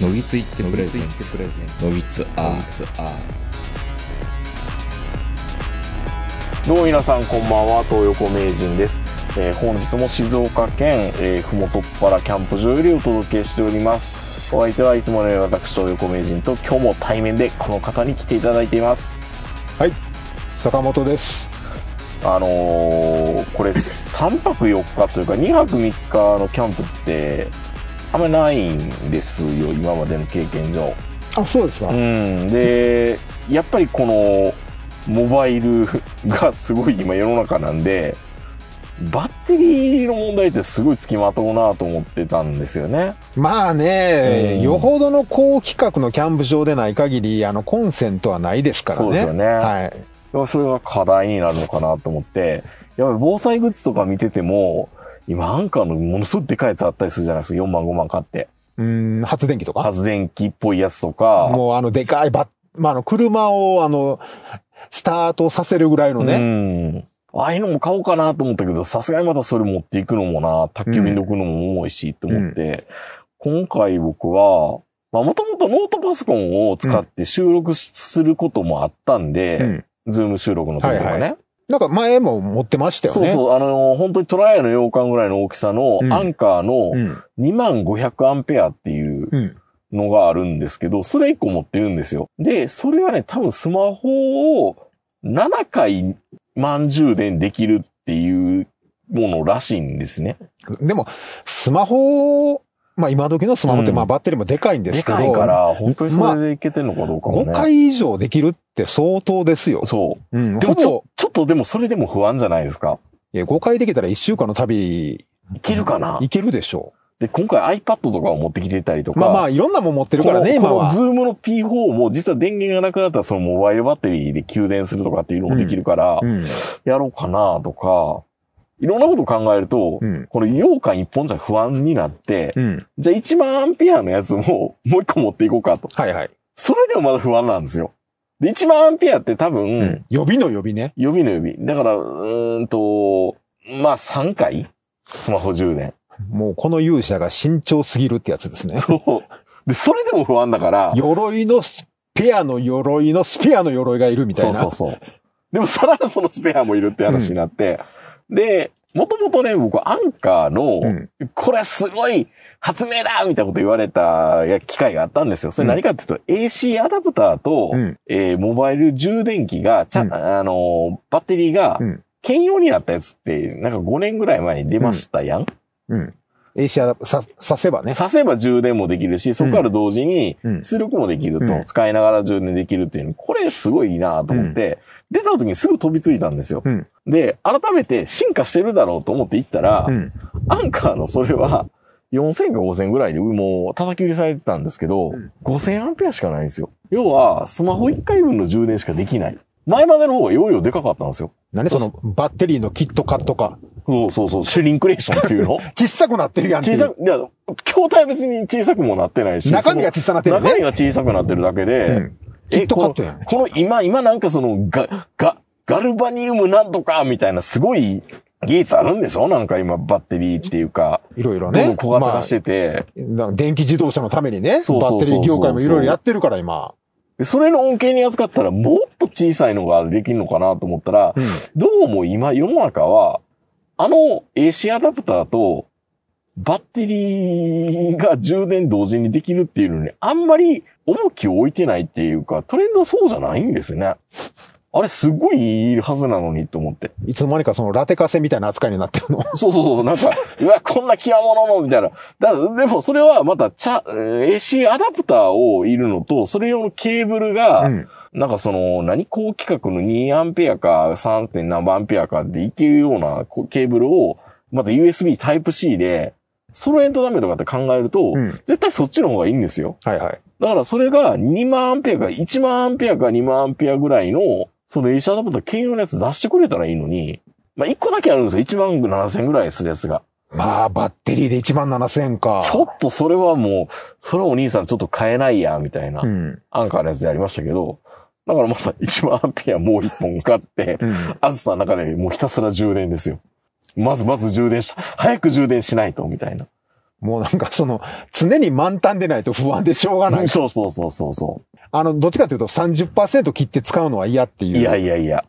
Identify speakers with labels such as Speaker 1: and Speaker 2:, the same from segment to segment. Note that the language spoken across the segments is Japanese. Speaker 1: のぎついってプレゼンツのぎつアーツア
Speaker 2: どうも皆さんこんばんは東横名人です、えー本日も静岡県、えー、ふもとっぱらキャンプ場よりお届けしておりますお相手はいつものように私東横名人と今日も対面でこの方に来ていただいています
Speaker 3: はい、坂本です。
Speaker 2: あのーこれ3泊4日というか2泊3日のキャンプってあんまりないんですよ今までの経験上
Speaker 3: あ、そうですか。
Speaker 2: うん、でやっぱりこのモバイルがすごい今世の中なんでバッテリーの問題ってすごいつきまとうなと思ってたんですよね。
Speaker 3: まあね、
Speaker 2: うん
Speaker 3: よほどの高規格のキャンプ場でない限り、あの、コンセントはないですからね。
Speaker 2: そうですよね
Speaker 3: はい。
Speaker 2: それが課題になるのかなと思って、やっぱり防災グッズとか見てても、今アンカーのものすごいでかいやつあったりするじゃないですか。4万5万買って。
Speaker 3: うん、発電機とか。
Speaker 2: 発電機っぽいやつとか。
Speaker 3: もうあの、でかいバッ、まあ、あの、車を、あの、スタートさせるぐらいのね。
Speaker 2: ね。ああいうのも買おうかなと思ったけど、さすがにまたそれ持っていくのもな、宅急便で送るのも重いし、と思って、今回僕は、まあもともとノートパソコンを使って収録しすることもあった
Speaker 3: う
Speaker 2: ん
Speaker 3: ん。
Speaker 2: で、ズーム収録の時とか
Speaker 3: はい
Speaker 2: ね。
Speaker 3: はなんか前も持ってましたよ
Speaker 2: そう
Speaker 3: ね。う
Speaker 2: そう、あの、本当にトライアルの洋館ぐらいの大きさの
Speaker 3: うん
Speaker 2: アンカーの
Speaker 3: ん。
Speaker 2: 2500アンペアっていう
Speaker 3: うん。
Speaker 2: のがあるんですけど、それ1個持ってるんですよ。で、それはね、多分スマホを7回満充電できるっていうものらしいんですね。
Speaker 3: でも、スマホ、まあ今時のスマホって、
Speaker 2: うん
Speaker 3: まあバッテリーもでかいんです
Speaker 2: で
Speaker 3: けど、
Speaker 2: かいから、本当にそれでいけてんのかどうかもね。
Speaker 3: 5回以上できるって相当ですよ。
Speaker 2: そう。
Speaker 3: うん。
Speaker 2: で
Speaker 3: ほ
Speaker 2: もち
Speaker 3: ぼ
Speaker 2: ょ、ちょっとでもそれでも不安じゃないですか。
Speaker 3: いや、5回できたら1週間の旅、
Speaker 2: いけるかな
Speaker 3: 行けるでしょ
Speaker 2: で、今回 iPad とかを持ってきてたりと
Speaker 3: う。
Speaker 2: か。
Speaker 3: まあまあ、いろんなもん持ってるからね、
Speaker 2: この
Speaker 3: 今は
Speaker 2: こ。の Zoom の P4 も実は電源がなくなったらそのモバイルバッテリーで給電するとかっていうのもできるから、
Speaker 3: うん。
Speaker 2: やろうかなとか、いろんなこと考えると、
Speaker 3: うん。
Speaker 2: この羊羹一本じゃ不安になって、
Speaker 3: うん。
Speaker 2: じゃあ1万アンペアのやつも もう一個持っていこうかと。
Speaker 3: はいはい。
Speaker 2: それでもまだ不安なんですよ。で、1万アンペアって多分、
Speaker 3: うん。予備の予備ね。
Speaker 2: 予備の予備。だから、うーんと、まあ3回スマホ充電。
Speaker 3: もうこの勇者が慎重すぎるってやつですね。
Speaker 2: そう。で、それでも不安だから、
Speaker 3: 鎧のスペアの鎧のスペアの鎧がいるみた
Speaker 2: そ
Speaker 3: いうな。
Speaker 2: そうそう。でもさらにそのスペアもいるって話になって、で、もともとね、僕アンカーの、
Speaker 3: うん。
Speaker 2: これすごい発明だみたいなこと言われたや機会があったんですよ。それ何かっていうと、AC アダプターと、
Speaker 3: うん
Speaker 2: えーモバイル充電器が、ちゃ、
Speaker 3: うん
Speaker 2: あのー、バッテリーが
Speaker 3: うん、
Speaker 2: 兼用になったやつって、なんか5年ぐらい前に出ましたやん。
Speaker 3: うん。AC アダプさ、させばね。
Speaker 2: させば充電もできるし、そこから同時に
Speaker 3: うん
Speaker 2: 出力もできると、
Speaker 3: うん
Speaker 2: 使いながら充電できるっていうの、これすごいなと思って、出た時にすぐ飛びついたんですよ。
Speaker 3: うん
Speaker 2: で、改めて進化してるだろうと思って行ったら、
Speaker 3: うん。
Speaker 2: アンカーのそれは、4000か5000ぐらいでもう叩き売りされてたんですけど、
Speaker 3: うん
Speaker 2: 5000アンペアしかないんですよ。要は、スマホ1回分の充電しかできない。前までの方が容量でかかったんですよ。
Speaker 3: 何そのバッテリーのキットカットか。
Speaker 2: そうそうそう、シュリンクレーションっ ていうの
Speaker 3: 小さくなってるやんってい
Speaker 2: 小
Speaker 3: う
Speaker 2: さく、いや、筐体は別に小さくもなってないし、
Speaker 3: 中身が小さなっ
Speaker 2: そ
Speaker 3: て
Speaker 2: の
Speaker 3: る
Speaker 2: 中
Speaker 3: ね。
Speaker 2: 身が小さくなってるだけで、
Speaker 3: うん。キットカットやん
Speaker 2: え。このこの今、今なんかその、ガ、ガ、ガルバニウムなんとかみたいなすごい技術あるんでしょなんか今バッテリーっていうか、
Speaker 3: いろいろ
Speaker 2: どんど
Speaker 3: ね
Speaker 2: ん。小型化してて、
Speaker 3: まあ電気自動車のためにね、
Speaker 2: そうそう
Speaker 3: バ
Speaker 2: そうそう
Speaker 3: ッテリー業界もいろいろやってるから、今。
Speaker 2: でそれの恩恵に扱ったらもっと小さいのができるのかなと思ったら、
Speaker 3: うん。
Speaker 2: どうも今世の中は、あの AC アダプターとバッテリーが充電同時にできるっていうのにあんまり重きを置いてないっていうか、トレンドはそうじゃないんですね。あれすごいいいはずなのにと思って。
Speaker 3: いつの間にかそのラテカセみたいな扱いになってるの。
Speaker 2: そうそうそう、なんか、 うわ、こんな極物の、みたいな。だでもそれはまた、ちゃ、えー AC アダプターをいるのと、それ用のケーブルが、
Speaker 3: うん。
Speaker 2: なんかその、何高規格の2アンペアか 3. 点何アンペアかでいけるようなこうケーブルを、また USB Type-C で、揃えんとダメとかって考えると、
Speaker 3: うん。
Speaker 2: 絶対そっちの方がいいんですよ。
Speaker 3: はいはい。
Speaker 2: だからそれが2万アンペアか1万アンペアか2万アンペアぐらいの、その AC アダプター兼用のやつ出してくれたらいいのに、まあ1個だけあるんですよ。1万7000ぐらいするやつが。
Speaker 3: まあ、バッテリーで1万7000か。
Speaker 2: ちょっとそれはもう、それはお兄さんちょっと買えないや、みたいな。
Speaker 3: うん。
Speaker 2: アンカーのやつでありましたけど、だからまた1万アンペアもう1本買って、
Speaker 3: うん。
Speaker 2: あずさの中でもうひたすら充電ですよ。まずまず充電した。早く充電しないと、みたいな。
Speaker 3: もうなんかその、常に満タンでないと不安でしょうがない。
Speaker 2: そうそうそうそうそ。
Speaker 3: あの、どっちかというと30%切って使うのは嫌っていうう。
Speaker 2: いやいやいや。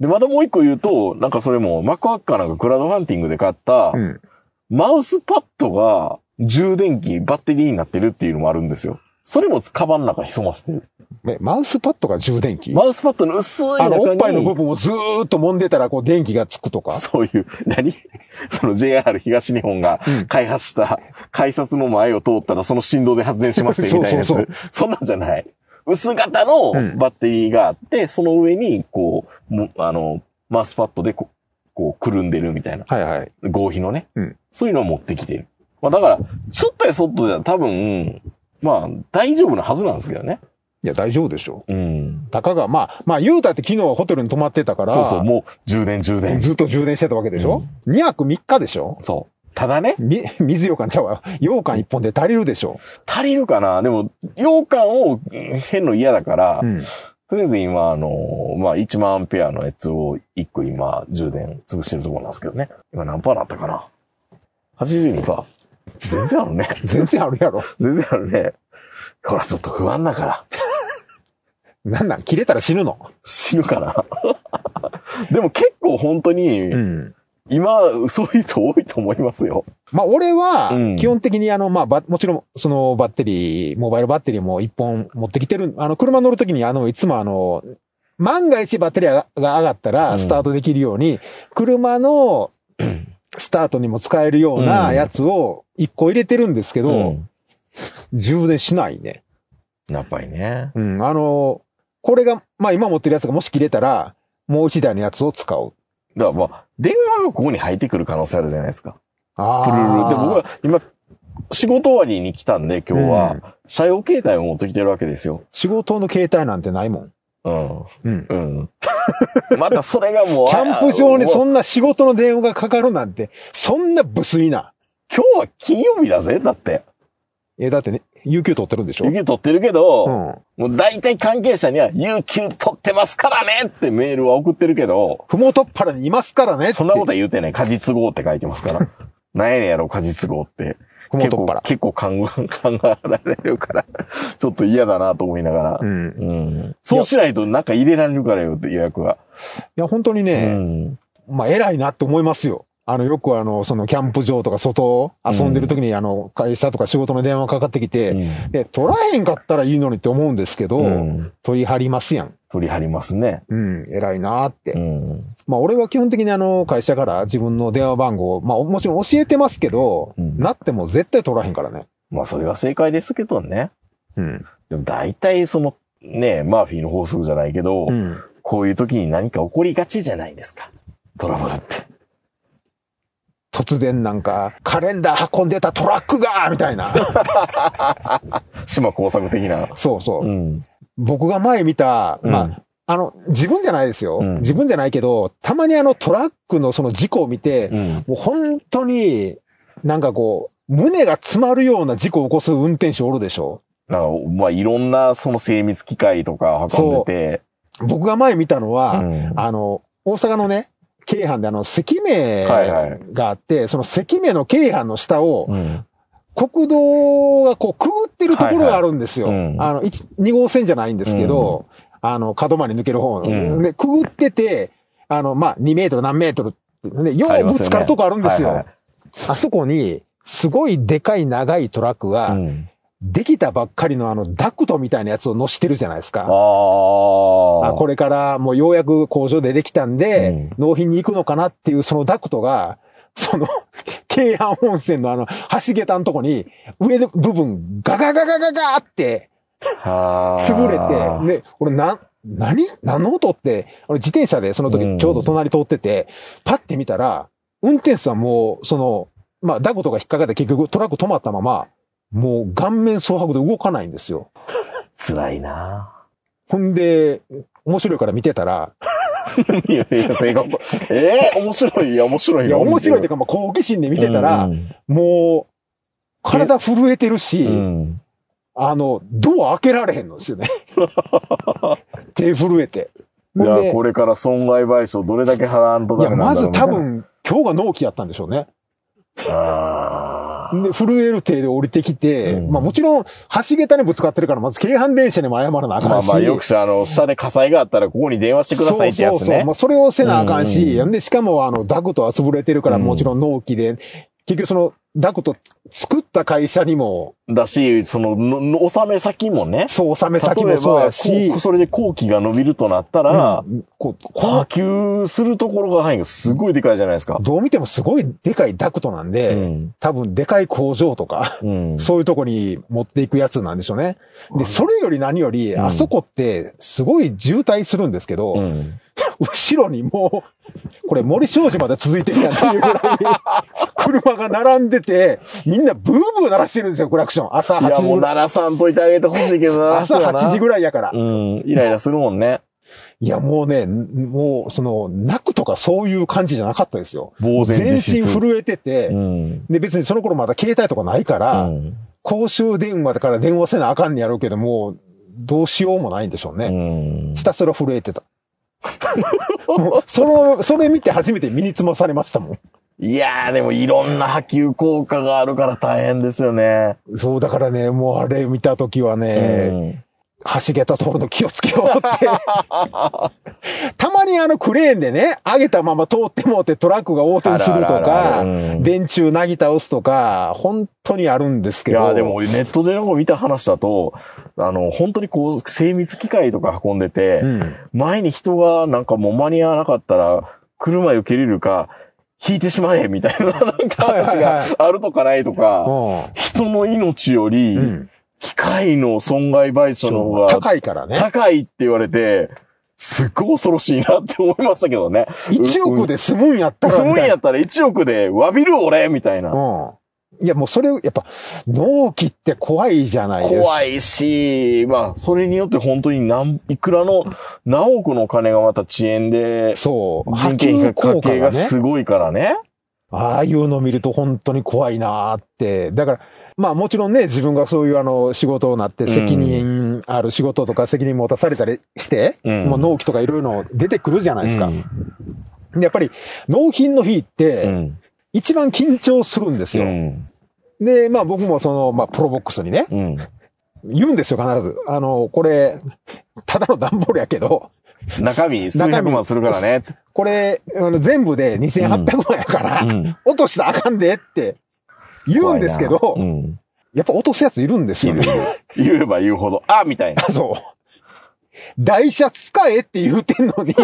Speaker 2: で、またもう一個言うと、なんかそれも、マクワッカーなんかクラウドファンティングで買った
Speaker 3: う、ん。
Speaker 2: マウスパッドが充電器、バッテリーになってるっていうのもあるんですよ。それもカバンの中に潜ませてる。
Speaker 3: えマウスパッドが充電器
Speaker 2: マウスパッドの薄い
Speaker 3: あの、
Speaker 2: 中
Speaker 3: おっ
Speaker 2: に
Speaker 3: ぱいの部分をずーっと揉んでたら、こう、電気がつくとか。
Speaker 2: そういう、何 その JR 東日本が
Speaker 3: うん
Speaker 2: 開発した改札の前を通ったらその振動で発電しますねみたいなやつ。
Speaker 3: そ
Speaker 2: そう
Speaker 3: そう
Speaker 2: そんなんじゃない。薄型の
Speaker 3: うん
Speaker 2: バッテリーがあって、その上に、こう、もあの、マウスパッドでここう、くるんでるみたいな。
Speaker 3: はいはい。
Speaker 2: 合皮のね。
Speaker 3: うん
Speaker 2: そういうのを持ってきてる。まあだから、ちょっとやそっとじゃ多分、まあ大丈夫なはずなんですけどね。
Speaker 3: いや、大丈夫でしょ
Speaker 2: うん
Speaker 3: う。。たかが、まあ、まあ、言うたって昨日はホテルに泊まってたから、
Speaker 2: そうそう、もう充電充電。
Speaker 3: ずっと充電してたわけでしょ、?2 泊3日でしょ
Speaker 2: そう。ただね、
Speaker 3: み、水羊羹ちゃうわ。羊羹1本で足りるでしょ
Speaker 2: 足りるかなでも、羊羹をうん変の嫌だから、
Speaker 3: うん。
Speaker 2: とりあえず今、あの、まあ、1万アンペアのやつを1個今、充電潰してるところなんですけどね。今何パーなったかな ?82 パー。全然あるね。
Speaker 3: 全然あるやろ。
Speaker 2: 全然あるね。ほら、ちょっと不安だから。
Speaker 3: なんなん切れたら死ぬの。
Speaker 2: 死ぬかな でも結構本当に、
Speaker 3: ん。
Speaker 2: 今、そういう人多いと思いますよ。
Speaker 3: まあ、俺は
Speaker 2: うん、
Speaker 3: 基本的にあの、まあ、ばもちろん、そのバッテリー、モバイルバッテリーも1本持ってきてる。あの、車乗るときに、あの、いつもあの、万が一バッテリーがが上がった
Speaker 2: う
Speaker 3: ら、
Speaker 2: ん
Speaker 3: スタートできるように、車の、スタートにも使えるようなやつを1個入れてるんですけど、充電しないね。
Speaker 2: うんやっぱりね。
Speaker 3: うん、あの、これが、まあ今持ってるやつがもし切れたら、もう一台のやつを使う。
Speaker 2: だからまあ、電話がここに入ってくる可能性あるじゃないですか。
Speaker 3: あ
Speaker 2: プルルル。で、僕
Speaker 3: は、
Speaker 2: は今、仕事終わりに来たんで、今日
Speaker 3: う
Speaker 2: は
Speaker 3: ん、
Speaker 2: 社用携帯を持ってきてるわけですよ。
Speaker 3: 仕事の携帯なんてないもん。
Speaker 2: うん。
Speaker 3: うん。
Speaker 2: うん。 またそれがもう、
Speaker 3: キャンプ場にそ
Speaker 2: ん
Speaker 3: んな仕事の電話がかかるなんて、そんな無粋な。
Speaker 2: 今日は金曜日だぜだって。
Speaker 3: え、だってね、有給取ってるんでしょ
Speaker 2: 有給取ってるけど、
Speaker 3: うん。
Speaker 2: もう大体関係者には、有給取ってますからねってメールは送ってるけど、
Speaker 3: ふもとっぱらにいますからねって。
Speaker 2: そんなことは言うてない。果実号って書いてま すから。なんやねんやろ、果実号って。
Speaker 3: ふも
Speaker 2: 結
Speaker 3: とっ
Speaker 2: 構
Speaker 3: ぱら、。
Speaker 2: 結構考え 考えられるから、ちょっと嫌だなと思いながら
Speaker 3: う。ん。
Speaker 2: うんそうしないとなんか入れられるからよって予約が。
Speaker 3: いや、本当に
Speaker 2: う
Speaker 3: ね、
Speaker 2: ん
Speaker 3: まあ偉いなって思いますよ。あの、よくあの、そのキャンプ場とか外遊んでる時に、あの、会社とか仕事の電話かかってきて、で、取らへんかったらいいのにって思うんですけど、
Speaker 2: うん
Speaker 3: 取り張りますやん。
Speaker 2: 取り張りますね。
Speaker 3: うん、偉いなーって。
Speaker 2: うん
Speaker 3: まあ俺は基本的にあの会社から自分の電話番号を、まあもちろん教えてますけど、
Speaker 2: うん
Speaker 3: なっても絶対取らへんからね。
Speaker 2: まあそれが正解ですけどね。
Speaker 3: うん。
Speaker 2: でも大体そのね、マーフィーの法則じゃないけど、
Speaker 3: うん。
Speaker 2: こういう時に何か起こりがちじゃないですか。トラブルって。
Speaker 3: 突然なんか、カレンダー運んでたトラックがみた いな。
Speaker 2: 島工作的な。
Speaker 3: そうそうう。
Speaker 2: ん。
Speaker 3: 僕が前見た、まあ、
Speaker 2: うん
Speaker 3: あの、自分じゃないですよ、
Speaker 2: うん
Speaker 3: 自分じゃないけど、たまにあのトラックのその事故を見て、
Speaker 2: うん。
Speaker 3: もう本当に、なんかこう、胸が詰まるような事故を起こす運転手おるでしょ
Speaker 2: なんか、まあいろんなその精密機械とか運んでて。
Speaker 3: 僕が前見たのは、
Speaker 2: うん
Speaker 3: あの、大阪のね、京阪であの、関名
Speaker 2: はいはい
Speaker 3: があって、その関名の京阪の下を、
Speaker 2: うん
Speaker 3: 国道がこう、くぐってるところがあるんですよ。
Speaker 2: はいはいうん
Speaker 3: あの、1 2号線じゃないんですけど、あの、角まで抜ける方、
Speaker 2: うん
Speaker 3: で、くぐってて、あの、まあ、2メートル何メートルって、ね、よ
Speaker 2: あり
Speaker 3: う
Speaker 2: ま
Speaker 3: ぶ
Speaker 2: すよね
Speaker 3: つかるとこあるんですよ。
Speaker 2: はいはい
Speaker 3: あそこに、すごいでかい長いトラックが、
Speaker 2: うん
Speaker 3: できたばっかりのあの、ダクトみたいなやつを乗してるじゃないです
Speaker 2: あ
Speaker 3: か。
Speaker 2: あ。
Speaker 3: あこれからもうようやく工場でできたんで、
Speaker 2: うん
Speaker 3: 納品に行くのかなっていうそのダクトが、 その、京阪本線のあの、橋桁のとこに、上の部分、ガガガガガガーって、
Speaker 2: あー
Speaker 3: 潰れて、で、俺な、何何の音って、俺自転車でその
Speaker 2: うん
Speaker 3: 時ちょうど隣通ってて、パッて見たら、運転手さんもう、その、まあ、ダクトが引っかかって結局トラック止まったまま、もう顔面蒼白で動かないんですよ。
Speaker 2: 辛いな
Speaker 3: ほんで、面白いから見てたら、
Speaker 2: いやいや、正確。ええ面白い、いや、面白いよ。
Speaker 3: いや、面白いというか、まあ、好奇心で見てたら、
Speaker 2: うん
Speaker 3: もう、体震えてるし、
Speaker 2: うん
Speaker 3: あの、ドア開けられへんのです よね。手震えて。
Speaker 2: い
Speaker 3: ほん
Speaker 2: や、
Speaker 3: で
Speaker 2: これから損害賠償どれだけ払わんと
Speaker 3: い
Speaker 2: ダ
Speaker 3: や、
Speaker 2: メな
Speaker 3: ま
Speaker 2: んだろう
Speaker 3: ず多
Speaker 2: み
Speaker 3: 分、今日が納期やったんでしょうね。
Speaker 2: たいな。あな。
Speaker 3: で、震える手で降りてきて、
Speaker 2: うん
Speaker 3: まあもちろん、橋桁にぶつかってるから、まず京阪電車にも謝らなあ
Speaker 2: ま
Speaker 3: か
Speaker 2: あ
Speaker 3: んし。
Speaker 2: まあ、よくさ、あの、下で火災があったらここに電話してくださいってやつね。
Speaker 3: そうそうそう。まあ、それをせなあかんし、
Speaker 2: うん
Speaker 3: で、しかも、あの、ダクトは潰れてるから、
Speaker 2: うん
Speaker 3: もちろん納期で、結局その、ダクト作った会社にも、
Speaker 2: だし、その、のの納め先もね。
Speaker 3: そう、納め
Speaker 2: 例えば
Speaker 3: 先もそうやし
Speaker 2: こう、それで工期が伸びるとなったら、
Speaker 3: うんこう、こ
Speaker 2: 波及するところが範囲がすごいでかいじゃないですか
Speaker 3: う、。どう見てもすごいでかいダクトなんで、
Speaker 2: うん。
Speaker 3: 多分でかい工場とか、
Speaker 2: うん。
Speaker 3: そういうとこに持っていくやつなんでしょうね。で、それより何より、
Speaker 2: うん
Speaker 3: あそこってすごい渋滞するんですけど、
Speaker 2: うん。
Speaker 3: 後ろにもう、これ森商事まで続いてるやんって いうぐらい、車が並んでて、みんなブーブー鳴らしてるんですよ、クラクション。朝
Speaker 2: い
Speaker 3: 8
Speaker 2: や、
Speaker 3: 時
Speaker 2: もう
Speaker 3: ぐらい。
Speaker 2: 奈良さんといてあげてほしいけどな。
Speaker 3: 朝8時
Speaker 2: らい。
Speaker 3: ぐらいやから。
Speaker 2: うん。イライラするもんね。
Speaker 3: いや、もうね、もう、その、泣くとかそういう感じじゃなかったですよ。
Speaker 2: 呆然
Speaker 3: 全
Speaker 2: 自失
Speaker 3: 身震えてて、
Speaker 2: うん。
Speaker 3: で、別にその頃まだ携帯とかないか
Speaker 2: う
Speaker 3: ら、
Speaker 2: ん。
Speaker 3: 公衆電話だから電話せなあかんねやろうけど、もう、どうしようもないんでしょう
Speaker 2: う
Speaker 3: ね。
Speaker 2: ん。
Speaker 3: ひたすら震えて た。もうその、それ見て初めて身につまされましたもん。
Speaker 2: いやー、でもいろんな波及効果があるから大変ですよね。
Speaker 3: そう、だからね、もうあれ見たときは
Speaker 2: う
Speaker 3: ね、
Speaker 2: ん
Speaker 3: 橋桁通るの気をつけよう って。たまにあのクレーンでね、上げたまま通ってもうてトラックが横転すると
Speaker 2: あるあるあ
Speaker 3: か
Speaker 2: るあるう、ん
Speaker 3: 電柱なぎ倒すとか、本当にあるんです
Speaker 2: い
Speaker 3: けど。
Speaker 2: やー、でもネットでの見た話だと、あの、本当にこう、精密機械とか運んでて、
Speaker 3: うん。
Speaker 2: 前に人がなんかもう間に合わなかったら、車避けれるか、引いてしまえみたいな、 なんか
Speaker 3: は
Speaker 2: 話
Speaker 3: い
Speaker 2: が
Speaker 3: はい
Speaker 2: あるとかないとか、
Speaker 3: う
Speaker 2: 人の命
Speaker 3: ん。
Speaker 2: よ
Speaker 3: う
Speaker 2: り、
Speaker 3: ん。
Speaker 2: 機械の損害賠償の方が
Speaker 3: 高いからね。
Speaker 2: 高いって言われて、すっごい恐ろしいなって思いましたけどね。
Speaker 3: 1億で済むんやったら
Speaker 2: す
Speaker 3: み
Speaker 2: ごい
Speaker 3: た
Speaker 2: ん
Speaker 3: いな。
Speaker 2: やったら1億で詫びる俺みたいな。
Speaker 3: うん。いや、もうそれ、やっぱ、納期って怖いじゃないですか。
Speaker 2: 怖いし、まあ、それによって本当に何、いくらの何億のお金がまた遅延で、
Speaker 3: そう。波
Speaker 2: 人件費
Speaker 3: 及
Speaker 2: が家
Speaker 3: 効果
Speaker 2: 計
Speaker 3: が
Speaker 2: が
Speaker 3: ね。
Speaker 2: すごいからね。
Speaker 3: ああいうの見ると本当に怖いなーって。だから、まあもちろんね、自分がそういうあの仕事になって責任ある仕事とか責任持たされたりして、
Speaker 2: うん
Speaker 3: もう納期とかいろいろ出てくるじゃないですか。
Speaker 2: うん
Speaker 3: でやっぱり納品の日っ
Speaker 2: う
Speaker 3: て
Speaker 2: ん。
Speaker 3: 一番緊張するんです
Speaker 2: う
Speaker 3: よ。
Speaker 2: ん。
Speaker 3: で、まあ僕もその、まあプロボックスにね、
Speaker 2: うん。
Speaker 3: 言うんですよ必ず。あの、これ、ただの段ボールやけど、
Speaker 2: 中身数百万するからね。
Speaker 3: これ、あの全部で2800万やから、
Speaker 2: うん。
Speaker 3: 落としたらあかんでって言うんですけど、
Speaker 2: 怖いなうん。
Speaker 3: やっぱ落とすやついるんですよね。
Speaker 2: 言えば言う ほど、あみたいな。
Speaker 3: そう。台車使えって言うてん のに。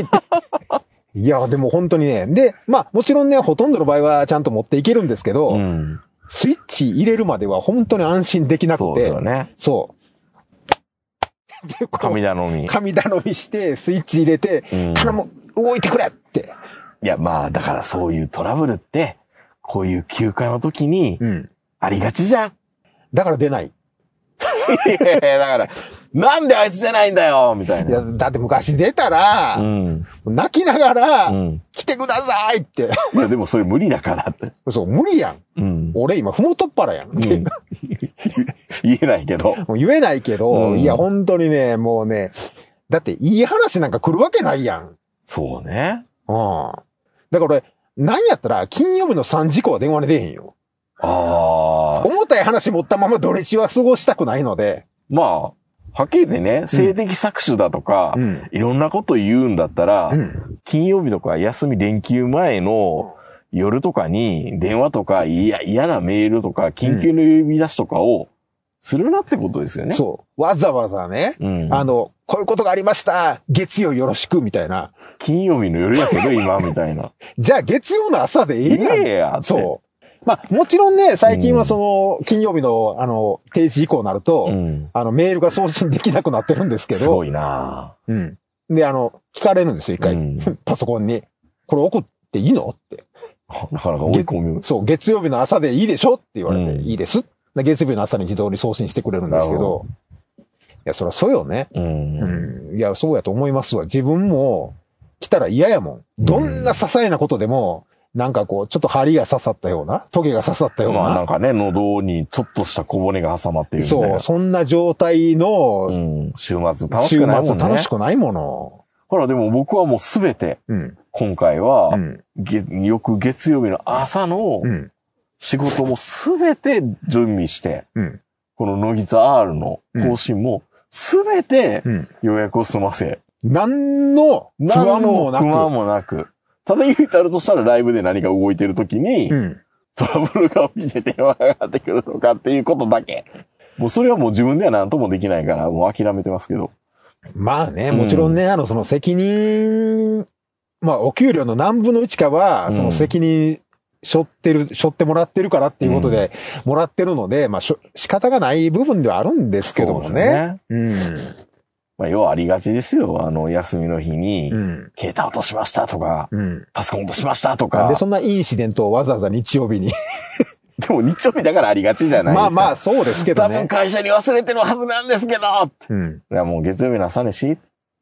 Speaker 3: いや、でも本当にね。で、まあもちろんね、ほとんどの場合はちゃんと持っていけるんですけど、
Speaker 2: うん。
Speaker 3: スイッチ入れるまでは本当に安心できなくて。
Speaker 2: そうですよね。
Speaker 3: そう。 で、こ
Speaker 2: 神
Speaker 3: う、
Speaker 2: 頼み。
Speaker 3: 神頼みして、スイッチ入れて、
Speaker 2: うん
Speaker 3: 頼む、動いてくれって。
Speaker 2: いや、まあ、だからそういうトラブルって、こういう休暇の時に、
Speaker 3: うん。
Speaker 2: ありがちじゃん。
Speaker 3: だから出ない。
Speaker 2: いやいやだから、なんであいつじゃないんだよみたい
Speaker 3: いや、
Speaker 2: な。
Speaker 3: だって昔出た
Speaker 2: う
Speaker 3: ら、
Speaker 2: ん。
Speaker 3: 泣きながら、
Speaker 2: うん。
Speaker 3: 来てくださいって。
Speaker 2: いや、でもそれ無理だからって。
Speaker 3: そう、無理やん。
Speaker 2: うん。
Speaker 3: 俺今、ふもとっぱらやん。
Speaker 2: うん、言えないけど。
Speaker 3: もう言えないけど、
Speaker 2: うん
Speaker 3: いや、本当にね、もうね、だっていい話なんか来るわけないやん。うん。
Speaker 2: そうね。
Speaker 3: だから俺、なんやったら、金曜日の3時以降は電話で出へんよ。
Speaker 2: ああ。
Speaker 3: 重たい話持ったまま土日は過ごしたくないので。
Speaker 2: まあ、はっきり言ってね、性的搾取だとか、
Speaker 3: ん。
Speaker 2: いろんなこと言うんだったら、
Speaker 3: うん。
Speaker 2: 金曜日とか休み連休前の夜とかに電話とかいや嫌なメールとか緊急の呼び出しとかをするなってことですよね。
Speaker 3: そう。わざわざね、
Speaker 2: うん。
Speaker 3: あの、こういうことがありました。月曜よろしく、みたいな。
Speaker 2: 金曜日の夜やけど今みたいな。
Speaker 3: じゃあ月曜の朝で いいやん
Speaker 2: いいやって
Speaker 3: そう。まあ、もちろんね、最近はその、金曜日の、あの、定時以降になると、
Speaker 2: ん。
Speaker 3: あの、メールが送信できなくなってるんですけ
Speaker 2: す
Speaker 3: ど
Speaker 2: ご、いな
Speaker 3: うん。で、あの、聞かれるんですよ、一回。
Speaker 2: うん
Speaker 3: パソコンに。これ送っていいのって。
Speaker 2: ぁなかなか追い込み。
Speaker 3: そう、月曜日の朝でいいでしょって言われて、
Speaker 2: うん
Speaker 3: いいです。で月曜日の朝に自動に送信してくれるんですけ
Speaker 2: なる
Speaker 3: ど。いや、そりゃそうよね。
Speaker 2: うん
Speaker 3: う。ん。いや、そうやと思いますわ。自分も来たら嫌やもん。どんな些細なことでも、なんかこう、ちょっと針が刺さったような、トゲが刺さったような。
Speaker 2: まあなんかね、喉にちょっとした小骨が挟まっているみたい
Speaker 3: そ
Speaker 2: な。
Speaker 3: う、そんな状態
Speaker 2: う
Speaker 3: の、
Speaker 2: ん。週末楽し
Speaker 3: 週
Speaker 2: くないも
Speaker 3: 末
Speaker 2: ん
Speaker 3: 楽
Speaker 2: ね
Speaker 3: し。くないもの。
Speaker 2: ほらでも僕はもうすべて、
Speaker 3: うん。
Speaker 2: 今回は
Speaker 3: う、ん。
Speaker 2: げ翌月曜日の朝の
Speaker 3: うん。
Speaker 2: 仕事もすべて準備して、
Speaker 3: うん
Speaker 2: この乃木座 R の更新もすべて
Speaker 3: うん
Speaker 2: 予約を済ませ、
Speaker 3: 何の不安もなく。
Speaker 2: 何の不安もなく、ただ唯一あるとしたらライブで何か動いてる時に、
Speaker 3: うん。
Speaker 2: トラブルが起きて電話がかかってくるとかっていうことだけ。もうそれはもう自分では何ともできないから、もう諦めてますけど。
Speaker 3: まあね、もちろんね、あの、その責任、まあ、お給料の何分の1かは、
Speaker 2: うん
Speaker 3: その責任、背負ってる、背負ってもらってるからっていうことで、もらってるので、まあ、しょ仕方がない部分ではあるんですけども
Speaker 2: そうで
Speaker 3: ね。
Speaker 2: すよね。
Speaker 3: うん。
Speaker 2: まあ、要はありがちですよ。あの、休みの日に、
Speaker 3: うん。
Speaker 2: 携帯落としましたとか、
Speaker 3: うん。
Speaker 2: パソコン落としましたと
Speaker 3: なん
Speaker 2: か。
Speaker 3: でそんなインシデントをわざわざ日曜日 に。
Speaker 2: でも日曜日だからありがちじゃないです
Speaker 3: ま
Speaker 2: か。
Speaker 3: あまあ、そうですけど
Speaker 2: 多分
Speaker 3: ね。
Speaker 2: 会社に忘れてるはずなんですけどい
Speaker 3: うん。
Speaker 2: やもう月曜日の朝飯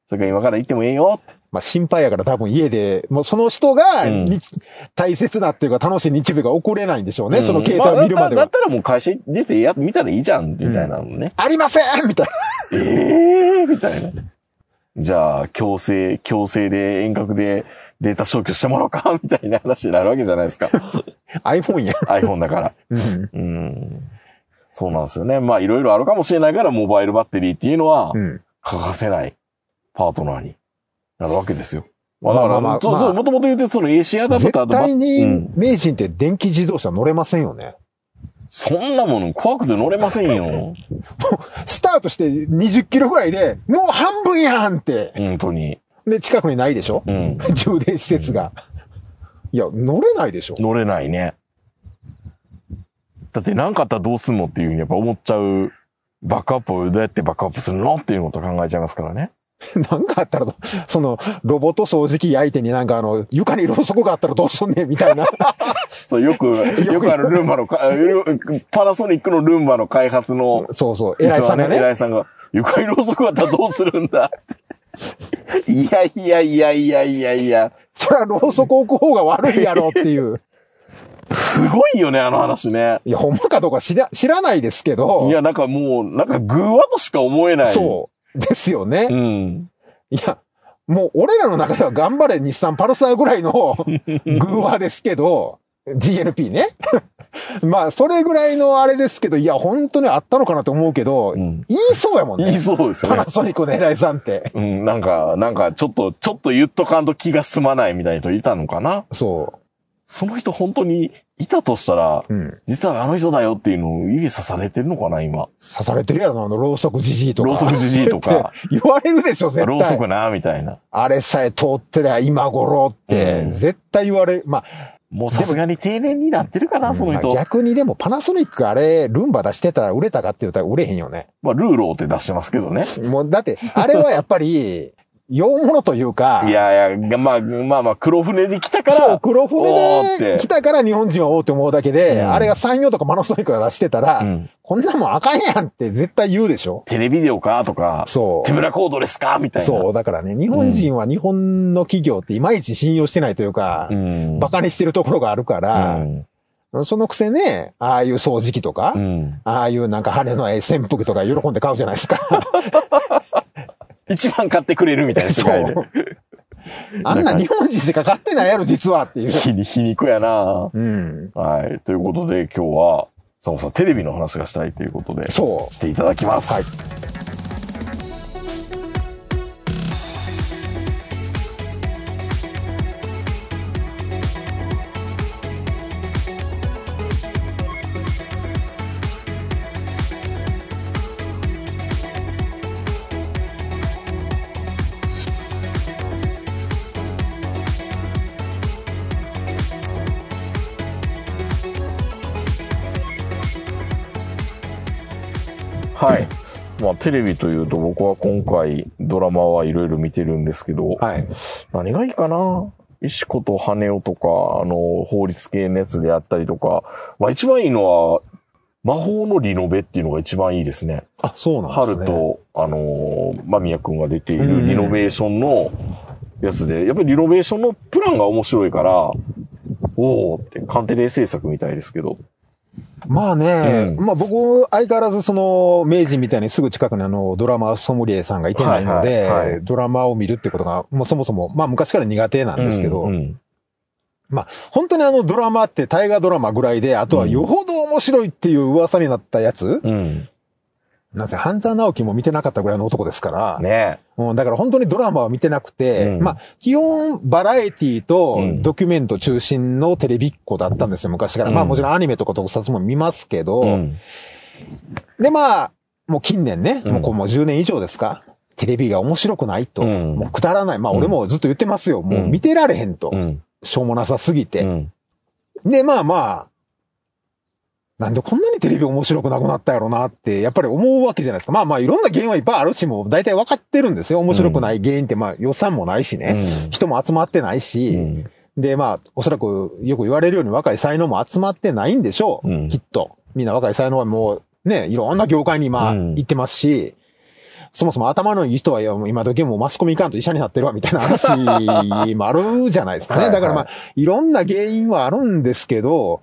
Speaker 2: それから今から行ってもええよって
Speaker 3: まあ、心配やから多分家で、もうその人が、
Speaker 2: うん
Speaker 3: 日大切なっていうか楽しい日曜日が起これないんでしょうね。
Speaker 2: うん
Speaker 3: その携帯を見るまで
Speaker 2: あだ
Speaker 3: は
Speaker 2: っ。たらもう会社出てや見たらいいじゃん、みたいなのね。
Speaker 3: ありませんみたい
Speaker 2: ええみたいな。じゃあ、強制、強制で遠隔でデータ消去してもらおうか、みたいな話になるわけじゃないですか。
Speaker 3: な。iPhone や。
Speaker 2: iPhone だから。
Speaker 3: うん。
Speaker 2: うん。そうなんですよね。まあ、いろいろあるかもしれないから、モバイルバッテリーっていうのは
Speaker 3: う、ん。
Speaker 2: 欠かせないパートナーになるわけですよ。ま
Speaker 3: ま
Speaker 2: あ、
Speaker 3: あまあ
Speaker 2: だから、
Speaker 3: まあ
Speaker 2: そう
Speaker 3: ま
Speaker 2: そう、
Speaker 3: あ
Speaker 2: もともと言って、その AC アダプタ
Speaker 3: 絶
Speaker 2: ーとば
Speaker 3: 対に
Speaker 2: うん
Speaker 3: 名人って電気自動車乗れませんよね。
Speaker 2: そんなもの怖くて乗れませんよ。
Speaker 3: スタートして20キロぐらいで、もう半分やんって。
Speaker 2: 本当に。
Speaker 3: で、近くにないでしょ
Speaker 2: うん。
Speaker 3: 充電施設が。いや、乗れないでしょ
Speaker 2: 乗れないね。だって何かあったらどうすんのっていうふうにやっぱ思っちゃう。バックアップをどうやってバックアップするのっていうことを考えちゃいますからね。
Speaker 3: なんかあったら、その、ロボット掃除機相手になんかあの、床にろうそくがあったらどうすんねんみたい な。
Speaker 2: そう、 よく、よくあるルンバのか、 ルパナソニックのルンバの開発の
Speaker 3: そうそう、偉いさんが
Speaker 2: 偉
Speaker 3: ね。
Speaker 2: いさんが、床にろうそくあったらどうするんだいやいやいやいやいやいや。
Speaker 3: そりゃろうそく置く方が悪いやろっていう。
Speaker 2: すごいよね、あの話ね。
Speaker 3: いや、ほんまかどうか知ら知らないですけど。
Speaker 2: いや、なんかもう、なんか偶話としか思えない。
Speaker 3: そう。ですよね。
Speaker 2: うん。
Speaker 3: いや、もう俺らの中では頑張れ日産パルサーぐらい の偶話ですけど、GNP ね。 まあ、それぐらいのあれですけど、いや、本当にあったのかなと思うけど、
Speaker 2: うん
Speaker 3: 言いそうやもん
Speaker 2: 言い
Speaker 3: ね。
Speaker 2: そうですよ
Speaker 3: パ
Speaker 2: ね
Speaker 3: ナ。ソニックの偉いさんって。
Speaker 2: うん、なんか、なんか、ちょっと、ちょっと言っとかんと気が済まないみたいな人いたのかな
Speaker 3: そ
Speaker 2: その人本当にいたとしたら、
Speaker 3: う。うん。
Speaker 2: 実はあの人だよっていうのを指さされてるのかな、今。
Speaker 3: 刺されてるやろな、あの、ろうそくじじいとか。
Speaker 2: ろうそくじじいとか
Speaker 3: って 言われるでしょ、絶
Speaker 2: ろうそ
Speaker 3: 対。
Speaker 2: くな、みたいな。
Speaker 3: あれさえ通ってりゃ今頃って、
Speaker 2: うん
Speaker 3: 絶対言われる。まあ、
Speaker 2: もうさすがに定年になってるかな、その
Speaker 3: まあ
Speaker 2: 人。
Speaker 3: 逆にでもパナソニックあれ、ルンバ出してたら売れたかって言ったら売れへんよね。
Speaker 2: まあ、ルーローって出してますけどね。
Speaker 3: もう、だって、あれはやっぱ り、洋物というか、
Speaker 2: いやいや、まあ、まあまあ、黒船で来たから。
Speaker 3: そう、黒
Speaker 2: おーっ
Speaker 3: 船
Speaker 2: て
Speaker 3: で来たから日本人はおうって思うだけで、
Speaker 2: うん
Speaker 3: あれが産業とかマノソニックが出してたら、
Speaker 2: うん
Speaker 3: こんなもんあかんやんって絶対言うでしょ
Speaker 2: テレビデオかとか、
Speaker 3: そ
Speaker 2: 手ぶらコードですかみた
Speaker 3: う。
Speaker 2: いな。
Speaker 3: そう、だからね、日本人は日本の企業っていまいち信用してないというか、
Speaker 2: うん。
Speaker 3: バカにしてるところがあるから、そのくせね、ああいう掃除機とか、
Speaker 2: うん。
Speaker 3: ああいうなんか晴れのええ扇風機とか喜んで買うじゃないです か。
Speaker 2: 一番買ってくれるみたいな世
Speaker 3: そ
Speaker 2: 界で
Speaker 3: う。。あんな日本人しか買ってないやろ、実はっていう。
Speaker 2: 皮に 皮肉やな
Speaker 3: うん。
Speaker 2: はい。ということで、今日は、サモさん、テレビの話がしたいということで、し
Speaker 3: そう。
Speaker 2: ていただきます。
Speaker 3: はい
Speaker 2: はい。 まあ、テレビというと、僕は今回、ドラマはいろいろ見てるんですけど、
Speaker 3: はい。
Speaker 2: 何がいいかな石子と羽男とか、あの、法律系のやつであったりとか、まあ一番いいのは、魔法のリノベっていうのが一番いいですね。
Speaker 3: あ、そうなんです
Speaker 2: 春
Speaker 3: ね。
Speaker 2: と、あのー、間宮くんが出てい
Speaker 3: うんう
Speaker 2: る
Speaker 3: ん
Speaker 2: リノベーションのやつで、やっぱりリノベーションのプランが面白いから、おーって、カンテレ制作みたいですけど。
Speaker 3: まあね、
Speaker 2: う
Speaker 3: まあ僕、相変わらずその、明治みたいにすぐ近くにあの、ドラマソムリエさんがいてないので、
Speaker 2: はいはいはい
Speaker 3: ドラマを見るってことが、もうそもそも、まあ昔から苦手なんですけど、
Speaker 2: うんうん
Speaker 3: まあ、本当にあのドラマって大河ドラマぐらいで、あとはよほど面白いっていう噂になったやつ、
Speaker 2: うん。
Speaker 3: なんせ、半沢直樹も見てなかったぐらいの男ですから、
Speaker 2: ね
Speaker 3: うん、だから本当にドラマは見てなくて、
Speaker 2: うん
Speaker 3: まあ、基本バラエティと
Speaker 2: うん
Speaker 3: ドキュメント中心のテレビっ子だったんですよ、昔から。まあ
Speaker 2: うん
Speaker 3: もちろんアニメとか特撮も見ますけど、
Speaker 2: うん。
Speaker 3: でまあ、もう近年ね、
Speaker 2: うん
Speaker 3: もうこうもう10年以上ですかテレビが面白くないと、
Speaker 2: うん
Speaker 3: もうくだらない。まあ
Speaker 2: うん
Speaker 3: 俺もずっと言ってますよ。もううん見てられへんと。
Speaker 2: うん。
Speaker 3: しょうもなさすぎ
Speaker 2: う
Speaker 3: て。
Speaker 2: ん。
Speaker 3: で、まあまあ、なんでこんなにテレビ面白くなくなったやろなって、やっぱり思うわけじゃないですか。まあまあいろんな原因はいっぱいあるし、もう大体分かってるんですよ。面白くない原因って、まあ予算もないしね。人も集まってないし、
Speaker 2: うん。
Speaker 3: で、まあ、おそらくよく言われるように若い才能も集まってないんでしょう。
Speaker 2: うん
Speaker 3: きっと。みんな若い才能はもう、ね、いろんな業界に今
Speaker 2: うん
Speaker 3: 行ってますし、そもそも頭のいい人はもう今時もうマスコミいかんと医者になってるわみたいな話もあるじゃないですかね。
Speaker 2: はいは
Speaker 3: だ
Speaker 2: い
Speaker 3: からまあ、いろんな原因はあるんですけど、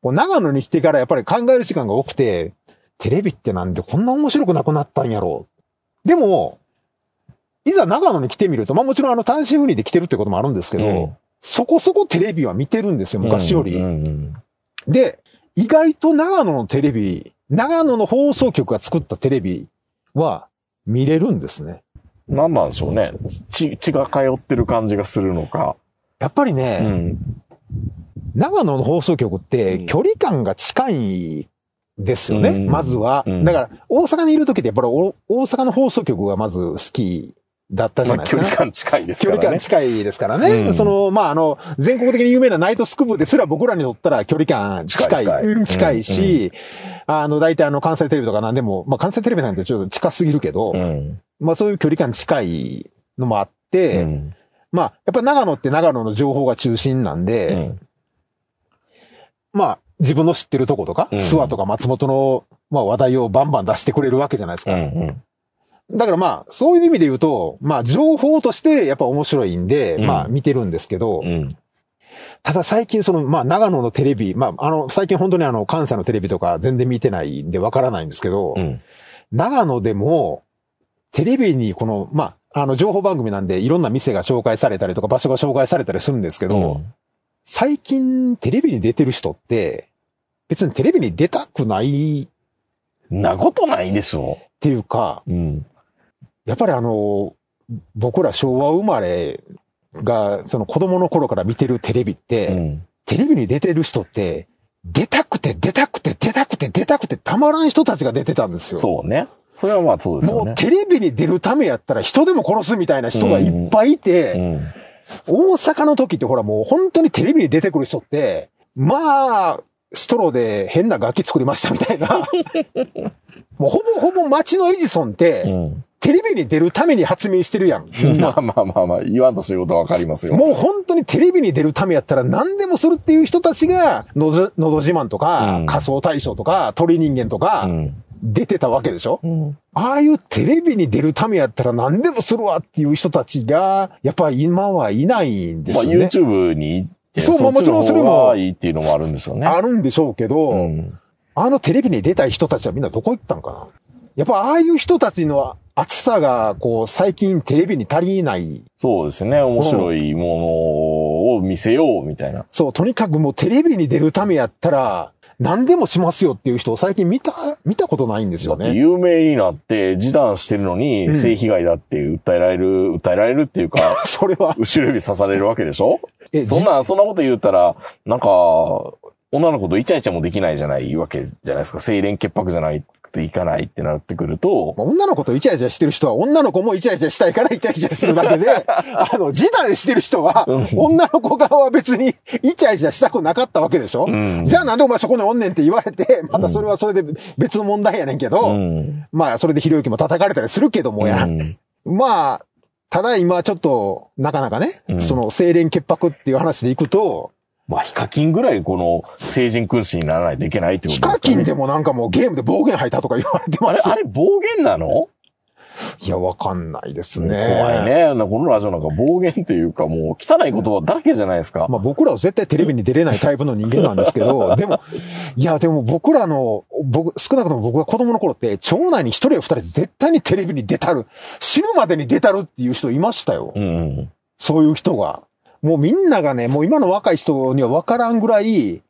Speaker 3: こう長野に来てからやっぱり考える時間が多くて、テレビってなんでこんな面白くなくなったんやろう。でも、いざ長野に来てみると、まあもちろんあの単身赴任で来てるってこともあるんですけど、
Speaker 2: うん
Speaker 3: そこそこテレビは見てるんですよ、昔より。
Speaker 2: うんうん
Speaker 3: で、意外と長野のテレビ、長野の放送局が作ったテレビは見れるんですね。
Speaker 2: うん。なんなんでしょうね。血、血が通ってる感じがするのか。
Speaker 3: やっぱりね
Speaker 2: う、ん。
Speaker 3: 長野の放送局っ
Speaker 2: う
Speaker 3: て
Speaker 2: ん
Speaker 3: 距離感が近いですよね、
Speaker 2: うん
Speaker 3: まずは。
Speaker 2: うん
Speaker 3: だから、大阪にいる時ってやっぱりお大阪の放送局がまず好きだったじ
Speaker 2: ま
Speaker 3: ゃ
Speaker 2: あ
Speaker 3: ないです
Speaker 2: 距
Speaker 3: か、
Speaker 2: 離感近いです
Speaker 3: 距
Speaker 2: から
Speaker 3: 離
Speaker 2: ね。
Speaker 3: 感近いですからね。
Speaker 2: うん
Speaker 3: その、まあ、あの、全国的に有名なナイトスクープですら僕らにとったら距離感近い。
Speaker 2: 近い近い
Speaker 3: うん近いし、あの、大体あの、関西テレビとかなんでも、まあ、関西テレビなんてちょっと近すぎるけど、
Speaker 2: うん。
Speaker 3: まあ、そういう距離感近いのもあって、
Speaker 2: うん
Speaker 3: まあ、やっぱ長野って長野の情報が中心なんで、
Speaker 2: うん
Speaker 3: まあ、自分の知ってるとことか、
Speaker 2: うん
Speaker 3: 諏訪とか松本の、まあ、話題をバンバン出してくれるわけじゃないです
Speaker 2: う
Speaker 3: か。
Speaker 2: ん。
Speaker 3: だからまあ、そういう意味で言うと、まあ、情報としてやっぱ面白いんで、
Speaker 2: うん
Speaker 3: まあ、見てるんですけど、
Speaker 2: うん。
Speaker 3: ただ最近その、まあ、長野のテレビ、まあ、あの、最近本当にあの、関西のテレビとか全然見てないんでわからないんですけど、
Speaker 2: うん。
Speaker 3: 長野でも、テレビにこの、まあ、あの、情報番組なんでいろんな店が紹介されたりとか場所が紹介されたりするんですけど、最近テレビに出てる人って、別にテレビに出たくないっ
Speaker 2: うんなことないでしょ
Speaker 3: ていうか、
Speaker 2: う。うん。
Speaker 3: やっぱりあの、僕ら昭和生まれが、その子供の頃から見てるテレビって、
Speaker 2: うん。
Speaker 3: テレビに出てる人って、出たくて出たくて出たくて出たくてたまらん人たちが出てたんですよ。
Speaker 2: そうね。それはまあそうですよ
Speaker 3: も
Speaker 2: ね
Speaker 3: う。テレビに出るためやったら人でも殺すみたいな人がいっぱいいて、
Speaker 2: うん。
Speaker 3: 大阪の時ってほらもう本当にテレビに出てくる人って、まあ、ストローで変な楽器作りましたみたい な。もうほぼほぼ街のエジソンって、
Speaker 2: うん。
Speaker 3: テレビに出るために発明してるやん。みんな
Speaker 2: まあまあまあまあ、言わんとすることはわかりますよ。
Speaker 3: もう本当にテレビに出るためやったら何でもするっていう人たちが、のぞ、のど自慢とか、
Speaker 2: うん
Speaker 3: 仮想大賞とか、鳥人間とか、
Speaker 2: うん。
Speaker 3: 出てたわけでしょ、
Speaker 2: うん。
Speaker 3: ああいうテレビに出るためやったら何でもするわっていう人たちが、やっぱり今はいないんで
Speaker 2: まあ
Speaker 3: すよね。
Speaker 2: YouTube に行って、
Speaker 3: そう
Speaker 2: そっ
Speaker 3: まあも
Speaker 2: ち
Speaker 3: ちろ
Speaker 2: の
Speaker 3: んそれ
Speaker 2: 方
Speaker 3: も
Speaker 2: がいいっていうのもあるんですよね。
Speaker 3: あるんでしょうけど、
Speaker 2: うん。
Speaker 3: あのテレビに出たい人たちはみんなどこ行ったんかなやっぱああいう人たちの熱さが、こう、最近テレビに足りない。
Speaker 2: そうですね。面白いものを見せようみたいな。
Speaker 3: そう、とにかくもうテレビに出るためやったら、何でもしますよっていう人を最近見た、見たことないんですよね。
Speaker 2: 有名になって、示談してるの
Speaker 3: う
Speaker 2: に、
Speaker 3: ん
Speaker 2: 性被害だって訴えられる、訴えられるっていうか、
Speaker 3: それは、
Speaker 2: 後ろ指刺されるわけでしょ
Speaker 3: え、
Speaker 2: そん
Speaker 3: じ
Speaker 2: な、そんなこと言ったら、なんか、女の子とイチャイチャもできないじゃないわけじゃないですか。清廉潔白じゃないといかないってなってくると、
Speaker 3: 女の子とイチャイチャしてる人は、女の子もイチャイチャしたいからイチャイチャするだけで、 あの、自談してる人は、
Speaker 2: うん
Speaker 3: 女の子側は別にイチャイチャしたくなかったわけでしょ、
Speaker 2: うん
Speaker 3: じゃあなんでお前そこにおんねんって言われて、またそれはそれで別の問題やねんけど、
Speaker 2: うん。
Speaker 3: まあ、それでひろゆきも叩かれたりするけどもや。
Speaker 2: うん
Speaker 3: まあ、ただ今ちょっと、なかなかね、
Speaker 2: うん
Speaker 3: その、清廉潔白っていう話でいくと、
Speaker 2: まあ、ヒカキンぐらいこの、成人君子にならないといけないってこ
Speaker 3: ヒ
Speaker 2: とで
Speaker 3: カ
Speaker 2: すか、ね。
Speaker 3: キンでもなんかもうゲームで暴言吐いたとか言われて
Speaker 2: あ
Speaker 3: ま
Speaker 2: れ、
Speaker 3: すよ
Speaker 2: あれ暴言なの
Speaker 3: いや、わかんないですね。
Speaker 2: 怖いね。なこのラジオなんか暴言というか、もう汚い言葉だらけじゃないですか。
Speaker 3: まあ僕らは絶対テレビに出れないタイプの人間なんですけ ど、でも、いや、でも僕らの、僕、少なくとも僕が子供の頃って、町内に一人や二人絶対にテレビに出たる、死ぬまでに出たるっていう人いましたよ。
Speaker 2: うん。
Speaker 3: そういう人が。もうみんながね、もう今の若い人には分からんぐらい、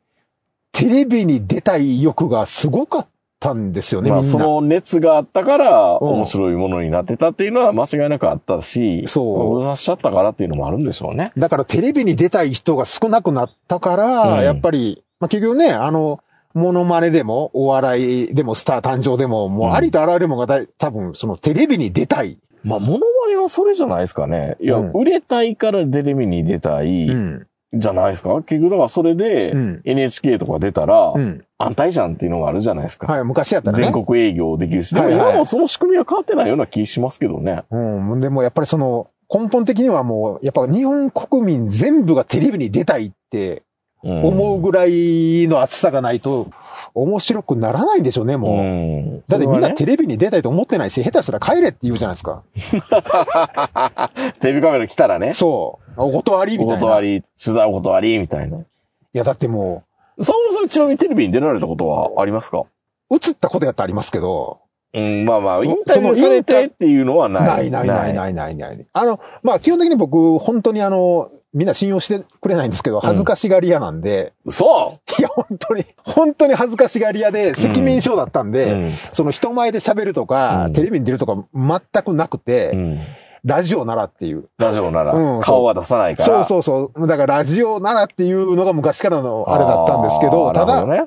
Speaker 3: テレビに出たい欲がすごかったんですよね、み
Speaker 2: まあ、
Speaker 3: ん
Speaker 2: そ
Speaker 3: な。
Speaker 2: の熱があったから、面白いものになってたっていうのは間違いなくあったし、
Speaker 3: そう
Speaker 2: まあ封鎖しちゃったからっていうのもあるんでしょうね。
Speaker 3: だからテレビに出たい人が少なくなったから、
Speaker 2: うん
Speaker 3: やっぱり、まあ結局ね、あの、モノマネでも、お笑いでも、スター誕生でも、もうありとあらゆるものがだい多分、そのテレビに出たい。
Speaker 2: まあ、モノマネはそれじゃないですかね。いや、
Speaker 3: うん
Speaker 2: 売れたいからテレビに出たい、
Speaker 3: ん。
Speaker 2: じゃないですか。結局、だからそれで
Speaker 3: う、ん。
Speaker 2: NHK とか出たら
Speaker 3: う、ん。
Speaker 2: 安泰じゃんっていうのがあるじゃないですか。
Speaker 3: はい、昔やったらね。
Speaker 2: 全国営業できるし。でも
Speaker 3: はいはい
Speaker 2: 今もその仕組みは変わってないような気しますけどね。
Speaker 3: うん。でもやっぱりその、根本的にはもう、やっぱ日本国民全部がテレビに出たいって
Speaker 2: うん
Speaker 3: 思うぐらいの熱さがないと、面白くならないんでしょうね、もう。
Speaker 2: ん
Speaker 3: だってみんな
Speaker 2: そ
Speaker 3: テレビに出たいと思ってないし、下手したら帰れって言うじゃないですか。
Speaker 2: れはねテレビカメラ来たらね、
Speaker 3: そう。お断りみ
Speaker 2: お
Speaker 3: たい
Speaker 2: 断
Speaker 3: な。い
Speaker 2: り、取材お断り、みたいな。
Speaker 3: や、だっても
Speaker 2: そうもそもちなみにテレビに出られたことはありますか
Speaker 3: う、映ったことやってありますけど、
Speaker 2: うん、まあまあ、
Speaker 3: ん
Speaker 2: インタビュー
Speaker 3: その
Speaker 2: さ
Speaker 3: イ
Speaker 2: れ
Speaker 3: ンタ
Speaker 2: てっていうのはない。
Speaker 3: ないないないないないない。あの、まあ基本的に僕、本当にあの、みんな信用してくれないんですけど、恥ずかしがり屋なんで、
Speaker 2: そ
Speaker 3: いや、本当に、本当に恥ずかしがり屋で、赤面症だったん
Speaker 2: う
Speaker 3: で、
Speaker 2: うん
Speaker 3: その人前で喋るとか、
Speaker 2: うん
Speaker 3: テレビに出るとか全くなくて、
Speaker 2: うん
Speaker 3: ラジオならっていう。
Speaker 2: ラジオなら
Speaker 3: うんそう
Speaker 2: 顔は出さないから。
Speaker 3: そうそうそう。だからラジオならっていうのが昔からのあれだったんですけど、
Speaker 2: あー
Speaker 3: ただ、
Speaker 2: なるほね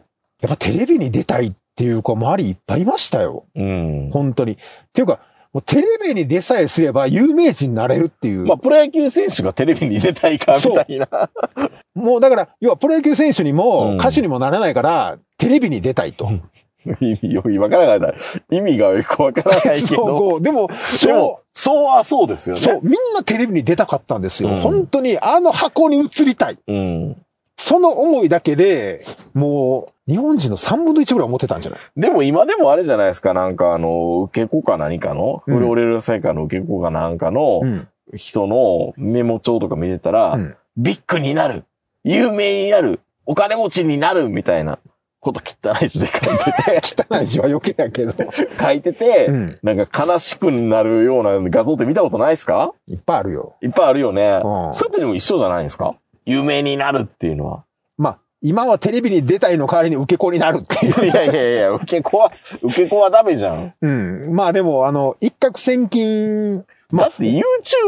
Speaker 3: やっぱテレビに出たいっていう子周りいっぱいいましたよ。
Speaker 2: うん。
Speaker 3: 本当に。っていうか、もうテレビに出さえすれば有名人になれるっていう。
Speaker 2: まあ、プロ野球選手がテレビに出たいから、みたいな。
Speaker 3: もうだから、要はプロ野球選手に
Speaker 2: うん
Speaker 3: も歌手にもなれないから、テレビに出たいと。
Speaker 2: 意味よくわからない。意味がよくわからないけ
Speaker 3: そう
Speaker 2: ど。
Speaker 3: こうでも、
Speaker 2: で
Speaker 3: そ
Speaker 2: も、そうはそうですよ
Speaker 3: う、
Speaker 2: ね。
Speaker 3: そう、みんなテレビに出たかったんですよ。
Speaker 2: うん
Speaker 3: 本当に、あの箱に移りたい。
Speaker 2: うん。
Speaker 3: その思いだけで、もう、日本人の3分の1ぐらい思ってたんじゃない
Speaker 2: でも今でもあれじゃないですか、なんかあの、受け子か何かの、
Speaker 3: うん
Speaker 2: フレオレルサイカーの受け子かなんかの
Speaker 3: ん。
Speaker 2: 人のメモ帳とか見てたら、
Speaker 3: うん
Speaker 2: ビッグになる有名になるお金持ちになるみたいなこと汚い字で書いて
Speaker 3: 汚い字は余計やけど。
Speaker 2: て、 書いてて、
Speaker 3: ん。
Speaker 2: なんか悲しくなるような画像って見たことないですか
Speaker 3: いっぱいあるよ。
Speaker 2: いっぱいあるよね。
Speaker 3: うん
Speaker 2: それってでも一緒じゃないですか有名になるっていうのは。
Speaker 3: まあ、今はテレビに出たいの代わりに受け子になるっていう。
Speaker 2: いやいやいや、受け子は、受け子はダメじゃん。
Speaker 3: うん。 まあでも、あの、一攫千金、ま
Speaker 2: だ
Speaker 3: あ
Speaker 2: っ、て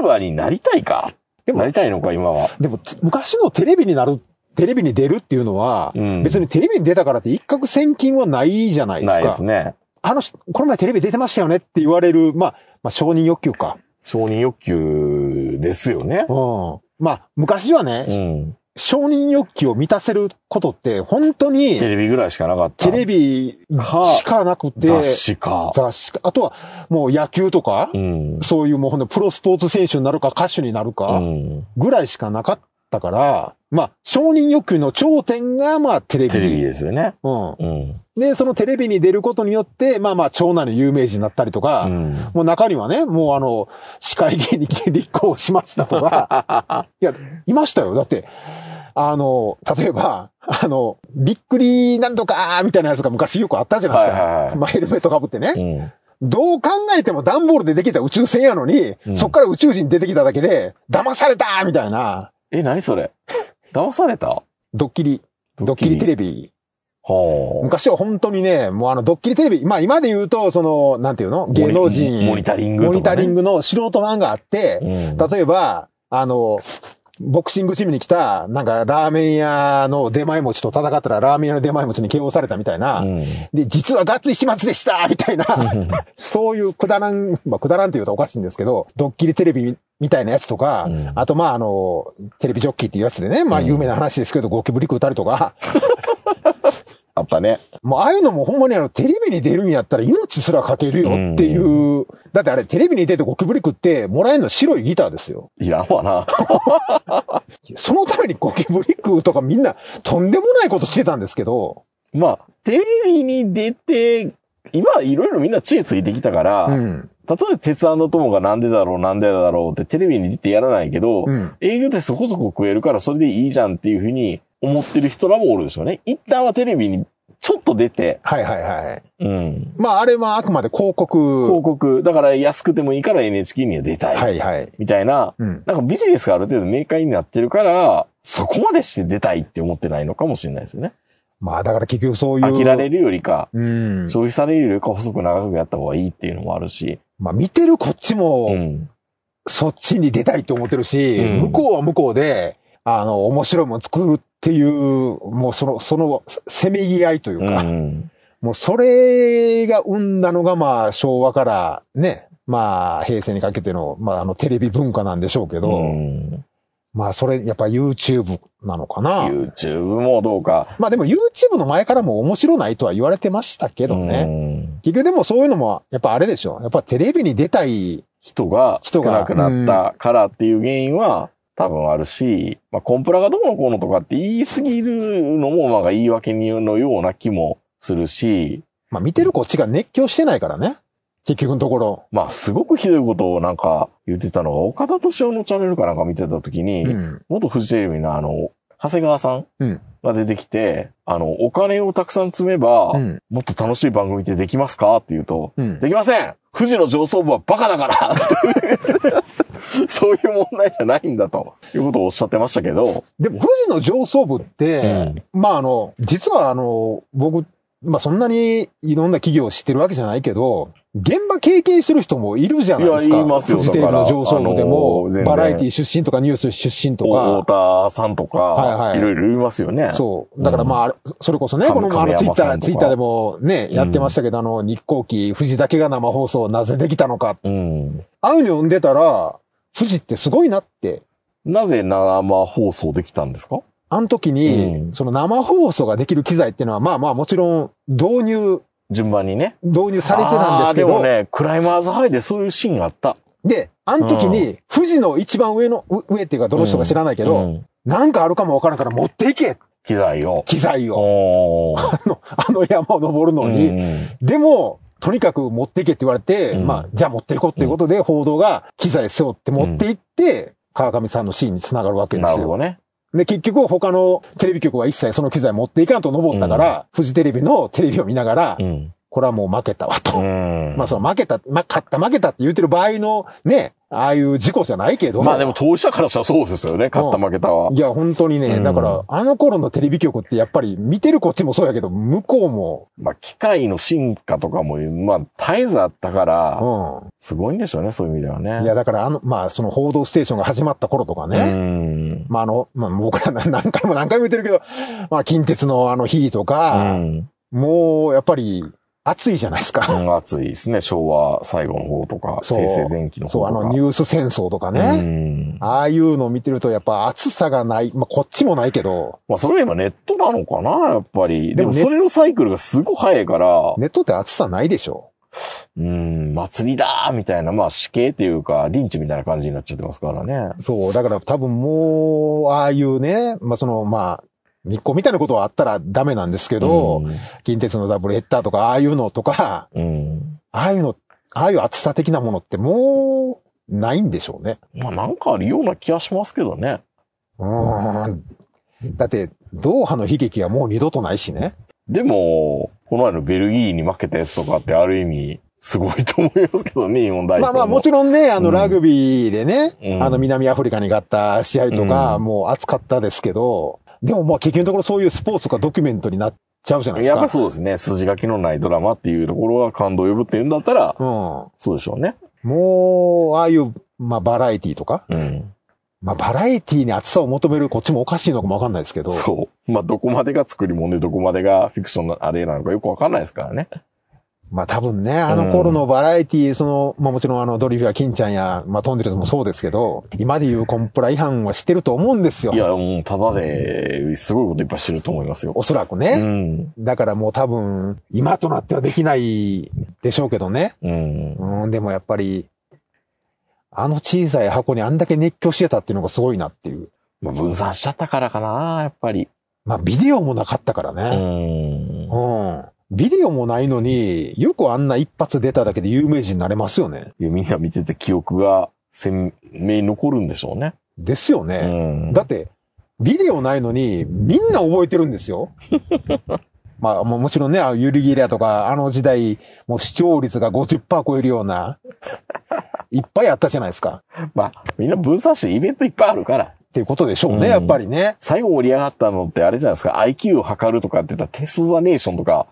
Speaker 2: YouTuber になりたいか
Speaker 3: でも
Speaker 2: なりたいのか、今は。
Speaker 3: でも、つ昔のテレビになる、テレビに出るっていうのは、
Speaker 2: うん
Speaker 3: 別にテレビに出たからって一攫千金はないじゃないです
Speaker 2: ない
Speaker 3: か。
Speaker 2: ですね。
Speaker 3: あの人、この前テレビ出てましたよねって言われる、まあ、まあ、承認欲求か。
Speaker 2: 承認欲求ですよね。
Speaker 3: うん。まあ、昔はね、
Speaker 2: うん。
Speaker 3: 承認欲求を満たせることって、本当に
Speaker 2: テレビぐらいしかなかった。
Speaker 3: テレビ
Speaker 2: か、
Speaker 3: しかなくて、
Speaker 2: 雑誌か。
Speaker 3: 雑誌かあとは、もう野球とか、
Speaker 2: うん。
Speaker 3: そういうもうほんとプロスポーツ選手になるか歌手になるか、
Speaker 2: うん
Speaker 3: ぐらいしかなかったから、まあ、承認欲求の頂点が、まあ、テレビ。
Speaker 2: テレビですよね。
Speaker 3: うん。
Speaker 2: うん。
Speaker 3: で、そのテレビに出ることによって、まあまあ、長男の有名人になったりとか、
Speaker 2: うん
Speaker 3: もう中にはね、もうあの、市会議員に立候補しましたとか、 いや、いましたよ。だって、あの、例えば、あの、びっくりなんとか、みたいなやつが昔よくあったじゃないですか。
Speaker 2: はいはいはい
Speaker 3: まあ、ヘルメットかぶってね。
Speaker 2: うん。
Speaker 3: どう考えても段ボールでできた宇宙船やのに、
Speaker 2: うん
Speaker 3: そっから宇宙人出てきただけで、騙されたみたいな、
Speaker 2: え、何それ 騙された
Speaker 3: ドッキリ、ドッキリテレビ。
Speaker 2: はあ。
Speaker 3: 昔は本当にね、もうあの、ドッキリテレビ、まあ今で言うと、その、なんていうの芸能人、
Speaker 2: モニタリングと
Speaker 3: モ
Speaker 2: かね
Speaker 3: ニタリングの素人版があって、
Speaker 2: うん
Speaker 3: 例えば、あの、ボクシングチームに来た、なんかラーメン屋の出前持ちと戦ったらラーメン屋の出前持ちに KO されたみたいな、
Speaker 2: うん
Speaker 3: で、実はガッツリ始末でした み たいな、そういうくだらん、まあくだらんって言うとおかしいんですけど、ドッキリテレビみたいなやつとか、
Speaker 2: うん
Speaker 3: あとまああの、テレビジョッキーっていうやつでね、まあ有名な話ですけど、ゴキブリ食うたりとか、
Speaker 2: あったね。
Speaker 3: もうああいうのもほんまにあの、テレビに出るんやったら命すらかけるよっていう、だってあれテレビに出てゴキブリ食ってもらえるの白いギターですよ。
Speaker 2: いらんわな。
Speaker 3: そのためにゴキブリ食うとかみんなとんでもないことしてたんですけど、
Speaker 2: まあ、テレビに出て、今いろいろみんな知恵ついてきたから、
Speaker 3: うん。
Speaker 2: 例えば、鉄アンドトモがなんでだろう、なんでだろうってテレビに出てやらないけど、
Speaker 3: うん。
Speaker 2: 営業でそこそこ食えるからそれでいいじゃんっていうふうに思ってる人らもおるでしょうね。一旦はテレビにちょっと出て、
Speaker 3: はいはいはい。
Speaker 2: うん。
Speaker 3: まあ、あれはあくまで広告。
Speaker 2: 広告、だから安くてもいいから NHK には出たい。
Speaker 3: はいはい。
Speaker 2: みたいな、
Speaker 3: うん。
Speaker 2: なんかビジネスがある程度明快になってるから、そこまでして出たいって思ってないのかもしれないですよね。
Speaker 3: まあ、だから結局そういう。
Speaker 2: 飽きられるよりか、
Speaker 3: うん。
Speaker 2: 消費されるよりか細く長くやった方がいいっていうのもあるし。
Speaker 3: まあ、見てるこっち
Speaker 2: う
Speaker 3: も、
Speaker 2: ん。
Speaker 3: そっちに出たいと思ってるし、
Speaker 2: うん
Speaker 3: 向こうは向こうで、あの、面白いもの作るっていう、もうその、その、せめぎ合いという
Speaker 2: う
Speaker 3: か、
Speaker 2: ん。
Speaker 3: もうそれが生んだのが、まあ、昭和からね、まあ、平成にかけての、まあ、あの、テレビ文化なんでしょうけど、
Speaker 2: うん
Speaker 3: まあ、それ、やっぱ YouTube なのかな。
Speaker 2: YouTube もどうか。
Speaker 3: まあでも YouTube の前からも面白ないとは言われてましたけどね。
Speaker 2: うん
Speaker 3: 結局でもそういうのも、やっぱあれでしょ。やっぱテレビに出たい。
Speaker 2: 人が少
Speaker 3: 人が
Speaker 2: なくなったからっていう原因は多分あるし、まあ、コンプラがどうのこうのとかって言い過ぎるのもなんか言い訳のような気もするし、
Speaker 3: まあ見てるこっちが熱狂してないからね。結局のところ。
Speaker 2: まあすごくひどいことをなんか言ってたのが、岡田斗司夫のチャンネルかなんか見てた時に、
Speaker 3: うん。
Speaker 2: 元フジテレビのあの、長谷川さ
Speaker 3: うんん
Speaker 2: が出てきて、あの、お金をたくさん積めば、
Speaker 3: うん。
Speaker 2: もっと楽しい番組ってできますかって言うと、
Speaker 3: うん。
Speaker 2: できません富士の上層部はバカだから そういう問題じゃないんだと、いうことをおっしゃってましたけど、
Speaker 3: でも富士の上層部って、まああの、実はあの、僕、まあそんなにいろんな企業を知ってるわけじゃないけど、現場経験してる人もいるじゃないですか。
Speaker 2: いやいますよ
Speaker 3: フジテレビの上層部でも
Speaker 2: だからあのー全、然
Speaker 3: バラエティ出身とかニュース出身とか
Speaker 2: 大。田さんとか、
Speaker 3: はいはい
Speaker 2: いろいろいますよね。
Speaker 3: そう。だから
Speaker 2: うん
Speaker 3: まああれ、それこそね、
Speaker 2: 神
Speaker 3: このあの
Speaker 2: 神
Speaker 3: ツイッ
Speaker 2: 山
Speaker 3: タ
Speaker 2: さ
Speaker 3: ー、
Speaker 2: んとか
Speaker 3: ツイッターでもね、やってましたけど、あの、日光機、富士だけが生放送なぜできたのか。
Speaker 2: うん。
Speaker 3: ああいうの読んでたら、富士ってすごいなって。
Speaker 2: なぜ生放送できたんですか
Speaker 3: あの時に、
Speaker 2: うん
Speaker 3: その生放送ができる機材っていうのは、まあまあもちろん導入、
Speaker 2: 順番にね。
Speaker 3: 導入されてたんですけ
Speaker 2: あ
Speaker 3: ど、
Speaker 2: ーでもね、クライマーズハイでそういうシーンあった。
Speaker 3: で、あの時に、富士の一番上の、う上っていうかどの人か知らないけど、
Speaker 2: うん
Speaker 3: なんかあるかもわからんから持っていけ
Speaker 2: 機材を。
Speaker 3: 機材を。
Speaker 2: おー。
Speaker 3: あの 山を登るのに、
Speaker 2: うん
Speaker 3: でも、とにかく持っていけって言われて、
Speaker 2: うん
Speaker 3: まあ、じゃあ持っていこうっていうことで、報道が機材背負って持っていって、川上さんのシーンにつながるわけで
Speaker 2: な
Speaker 3: す
Speaker 2: るほ
Speaker 3: よ。
Speaker 2: どね。
Speaker 3: で、結局他のテレビ局は一切その機材持っていかんと登ったから、フジテレビのテレビを見ながら、
Speaker 2: うん。
Speaker 3: これはもう負けたわと。
Speaker 2: うん
Speaker 3: まあ、その負けた、まあ、勝った負けたって言ってる場合のね、ああいう事故じゃないけど。
Speaker 2: まあでも当事者からしたらそうですよね。勝った負けたは。
Speaker 3: いや、本当にね、
Speaker 2: うん
Speaker 3: だから、あの頃のテレビ局ってやっぱり見てるこっちもそうやけど、向こうも、
Speaker 2: まあ機械の進化とかも、まあ絶えずあったから、
Speaker 3: うん。
Speaker 2: すごいんでしょうね、そういう意味ではね。
Speaker 3: いや、だから、あの、まあ、その報道ステーションが始まった頃とかね。
Speaker 2: うん。
Speaker 3: まあ、あの、まあ、僕らな何回も何回も言ってるけど、まあ、近鉄のあの日と
Speaker 2: う
Speaker 3: か、
Speaker 2: ん。
Speaker 3: もう、やっぱり、暑いじゃないですか。
Speaker 2: うん暑いですね、昭和最後の方とか、
Speaker 3: そう
Speaker 2: 平成前期の
Speaker 3: そう、
Speaker 2: 方
Speaker 3: あ
Speaker 2: とか。
Speaker 3: の、ニュース戦争とかね。
Speaker 2: うん。
Speaker 3: ああいうのを見てると、やっぱ暑さがない。まあ、こっちもないけど、
Speaker 2: まあそれは今ネットなのかな、やっぱり。
Speaker 3: で
Speaker 2: で
Speaker 3: も
Speaker 2: も
Speaker 3: ね
Speaker 2: それのサイクルがすごい早いから、
Speaker 3: ネットって暑さないでしょ。
Speaker 2: うん、祭りだーみたいな、まあ死刑っていうか、リンチみたいな感じになっちゃってますからね。
Speaker 3: そう、だから多分もう、ああいうね、まあ、その、まあ、日光みたいなことはあったらダメなんですけど、近鉄のダブルヘッダーとか、ああいうのとか、
Speaker 2: うん、うん。
Speaker 3: ああいうの、ああいう暑さ的なものってもう、ないんでしょうね。
Speaker 2: まあなんかあるような気がしますけどね。
Speaker 3: うーん。だって、ドーハの悲劇はもう二度とないしね。
Speaker 2: でも、この前のベルギーに負けたやつとかってある意味、すごいと思いますけどね、日本代表の。
Speaker 3: まあまあ、もちろんね、あの、
Speaker 2: うん
Speaker 3: ラグビーでね、
Speaker 2: うん
Speaker 3: あの、南アフリカに勝った試合とか、
Speaker 2: うん
Speaker 3: もう暑かったですけど、でもまあ、結局のところそういうスポーツとかドキュメントになっちゃうじゃないです
Speaker 2: やっぱ
Speaker 3: か
Speaker 2: り。そうですね。筋書きのないドラマっていうところが感動を呼ぶっていうんだったら、
Speaker 3: うん。
Speaker 2: そうでしょうね。
Speaker 3: もう、ああいう、まあ、バラエティとか、
Speaker 2: うん。
Speaker 3: まあ、バラエティに暑さを求めるこっちもおかしいのかもわかんないですけど、
Speaker 2: そう。まあ、どこまでが作り物で、どこまでがフィクションのあれなのかよくわかんないですからね。
Speaker 3: まあ多分ね、あの頃のバラエティ、その、まあもちろんあのドリフや金ちゃんや、まあトンデルズもそうですけど、今で言うコンプラ違反はしてると思うんですよ
Speaker 2: い。や、もう、ただで、すごいこといっぱいしてると思いますよ。
Speaker 3: おそらく
Speaker 2: う
Speaker 3: ね。
Speaker 2: ん。
Speaker 3: だからもう多分、今となってはできないでしょうけどね。
Speaker 2: うん。
Speaker 3: うん、でもやっぱり、あの小さい箱にあんだけ熱狂してたっていうのがすごいなっていう。
Speaker 2: まあ、分散しちゃったからかな、やっぱり。
Speaker 3: まあビデオもなかったから
Speaker 2: う
Speaker 3: ね。
Speaker 2: ん。
Speaker 3: うん。ビデオもないのに、よくあんな一発出ただけで有名人になれますよね。
Speaker 2: いやみんな見てて記憶が鮮明に残るんでしょうね。
Speaker 3: ですよね。
Speaker 2: うん。
Speaker 3: だって、ビデオないのに、みんな覚えてるんですよ。 まあ、もうもちろんね、あのユリギリアとか、あの時代、もう視聴率が50%超えるような、いっぱいあったじゃないですか。
Speaker 2: まあ、みんな分散してイベントいっぱいあるから、
Speaker 3: っていうことでしょうね、
Speaker 2: うん
Speaker 3: やっぱりね。
Speaker 2: 最後盛り上がったのってあれじゃないですか、IQ を測るとかって言ったらテスザネーションとか、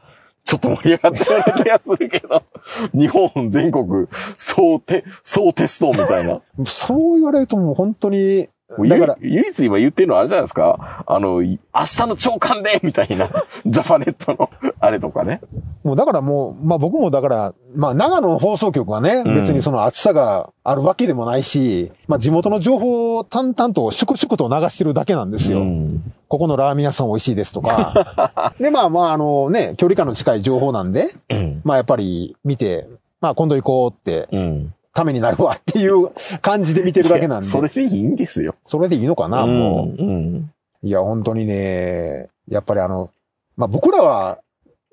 Speaker 2: ちょっと盛り上がったような気がするけど、 日本全国、そうて、そうテストみたいな。
Speaker 3: そう言われるともう本当に、だから、
Speaker 2: 唯唯一今言ってるのはあれじゃないですか、あの、い明日の朝刊でみたいな、 ジャパネットのあれとかね。
Speaker 3: もうだからもう、まあ僕もだから、まあ長野の放送局はね、
Speaker 2: うん
Speaker 3: 別にその暑さがあるわけでもないし、まあ地元の情報を淡々と粛々と流してるだけなんですよ。
Speaker 2: うん
Speaker 3: ここのラーメン屋さん美味しいですと か。で、まあまああのね、距離感の近い情報なんで、
Speaker 2: うん。
Speaker 3: まあやっぱり見て、まあ今度行こうって、
Speaker 2: うん。
Speaker 3: ためになるわっていう感じで見てるだけなんで、
Speaker 2: そ
Speaker 3: それ
Speaker 2: れでいいんですよ。
Speaker 3: でいいのかな、も
Speaker 2: うん。うん。
Speaker 3: う。いや、本当にね、やっぱりあの、まあ僕らは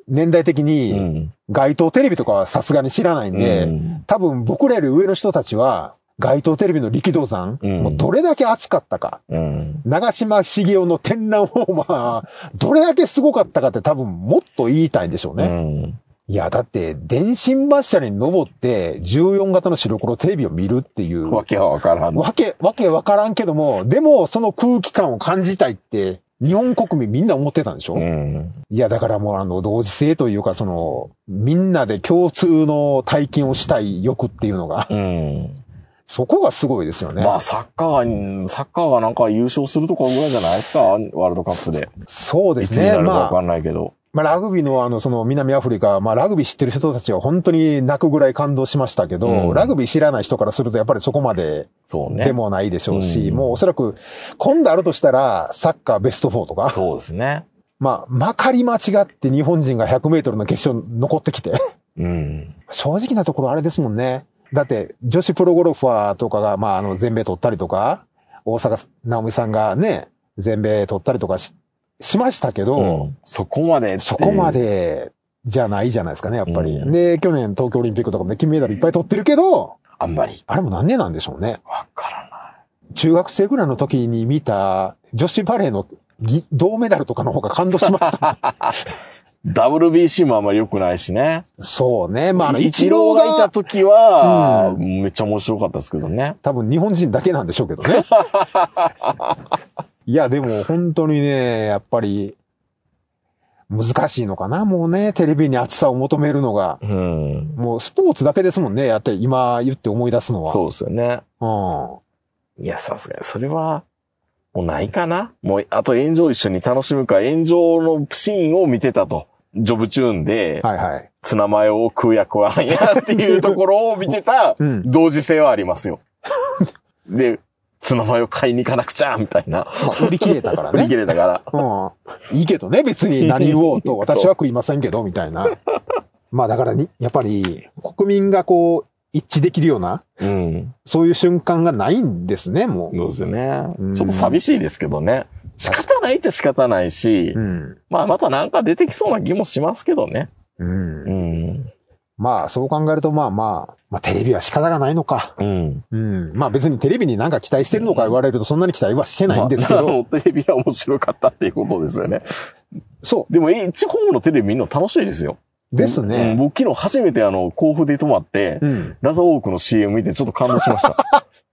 Speaker 3: 年代的
Speaker 2: う
Speaker 3: に
Speaker 2: ん
Speaker 3: 街頭テレビとかはさすがに知らないんで、
Speaker 2: うん
Speaker 3: 多分僕らより上の人たちは、街頭テレビの力道山、
Speaker 2: うん
Speaker 3: もうどれだけ熱かったか、
Speaker 2: うん。
Speaker 3: 長嶋茂雄の展覧フォーマー、 どれだけすごかったかって多分もっと言いたいんでしょう
Speaker 2: う
Speaker 3: ね。
Speaker 2: ん。
Speaker 3: いや、だって、電信柱に登って、14型の白黒テレビを見るっていう、
Speaker 2: わけはわからん。
Speaker 3: わけ、わけわからんけども、でもその空気感を感じたいって、日本国民みんな思ってたんでしょ、
Speaker 2: うん。
Speaker 3: いや、だからもうあの、同時性というか、その、みんなで共通の体験をしたい欲っていうのが、
Speaker 2: うん。
Speaker 3: そこがすごいですよね。
Speaker 2: まあ、サッカーに、サッカーはなんか優勝するとこぐらいじゃないですか、ワールドカップで。
Speaker 3: そうで
Speaker 2: いつ
Speaker 3: す
Speaker 2: にな
Speaker 3: ね。
Speaker 2: るか
Speaker 3: ま
Speaker 2: わ
Speaker 3: あ
Speaker 2: か、んないけど。
Speaker 3: まあ、ラグビーのあの、その南アフリカ、まあ、ラグビー知ってる人たちは本当に泣くぐらい感動しましたけど、
Speaker 2: うん
Speaker 3: ラグビー知らない人からするとやっぱりそこまで
Speaker 2: そうね。
Speaker 3: でもないでしょうし、
Speaker 2: うん
Speaker 3: もうおそらく、今度あるとしたら、サッカーベスト4とか、
Speaker 2: そうですね。
Speaker 3: まあ、まかり間違って日本人が100メートルの決勝に残って きて、
Speaker 2: うん。
Speaker 3: 正直なところあれですもんね。だって、女子プロゴルファーとかが、まあ、あの、全米取ったりとか、大坂なおみさんがね、全米取ったりとかし、しましたけど、
Speaker 2: うんそこまでっていう
Speaker 3: そこま。で、じゃないじゃないですかね、やっぱり。
Speaker 2: うん
Speaker 3: で、去年東京オリンピックとかもね、金メダルいっぱい取ってるけど、
Speaker 2: あんまり。
Speaker 3: あれも何年なんでしょうね。
Speaker 2: わからない。
Speaker 3: 中学生ぐらいの時に見た、女子バレーのぎ銅メダルとかの方が感動しま した。
Speaker 2: WBC もあんまり良くないしね。
Speaker 3: そうね。まあ、あの、
Speaker 2: イ
Speaker 3: 一
Speaker 2: チロ
Speaker 3: 郎
Speaker 2: ーがい
Speaker 3: が
Speaker 2: た時は、
Speaker 3: う
Speaker 2: めっちゃ面白かったですけどね。
Speaker 3: 多分日本人だけなんでしょうけ どね。いや、でも本当にね、やっぱり、難しいのかな、もうね、テレビに熱さを求めるのが。
Speaker 2: うん。
Speaker 3: もうスポーツだけですもんね、やって、今言って思い出すのは。
Speaker 2: そうですよね。
Speaker 3: うん。
Speaker 2: いや、さすがに、それは、もうないかな。もう、あと炎上一緒に楽しむか、炎上のシーンを見てたと。ジョブチューンで、
Speaker 3: はいはい。
Speaker 2: ツナマヨを食う役はなんやっていうところを見て た
Speaker 3: うん
Speaker 2: 同時性はあります よ。で、ツナマヨ買いに行かなくちゃみたいな。
Speaker 3: まあ、売り切れたから
Speaker 2: 売り切
Speaker 3: ね。
Speaker 2: れだから。
Speaker 3: うん。いいけどね、別 に何言おうと、私は食いませんけど、みたいな。まあだからに、やっぱり、国民がこう、一致できるような、
Speaker 2: うん。
Speaker 3: そういう瞬間がないんですね、も
Speaker 2: そうですよ
Speaker 3: うん
Speaker 2: ね。ちょっと寂しいですけどね。仕方ないっちゃ仕方ないし
Speaker 3: う。う、ん。
Speaker 2: まあまたなんか出てきそうな気もしますけどね。
Speaker 3: うん
Speaker 2: う。ん。
Speaker 3: まあ、そう考えると、まあまあ、まあ、テレビは仕方がないのか。
Speaker 2: うん。
Speaker 3: うん。まあ別にテレビになんか期待してるのか言われると、そんなに期待はしてないんですけ
Speaker 2: まあ
Speaker 3: ど、
Speaker 2: あのテレビは面白かったっていうことですよね。
Speaker 3: そ
Speaker 2: でも、え地方のテレビ見るの楽しいですよ。
Speaker 3: う。です
Speaker 2: うん
Speaker 3: ね。
Speaker 2: 僕昨日初めてあの、甲府で泊まって、
Speaker 3: うん。
Speaker 2: ラザオークの CM 見てちょっと感動しま した。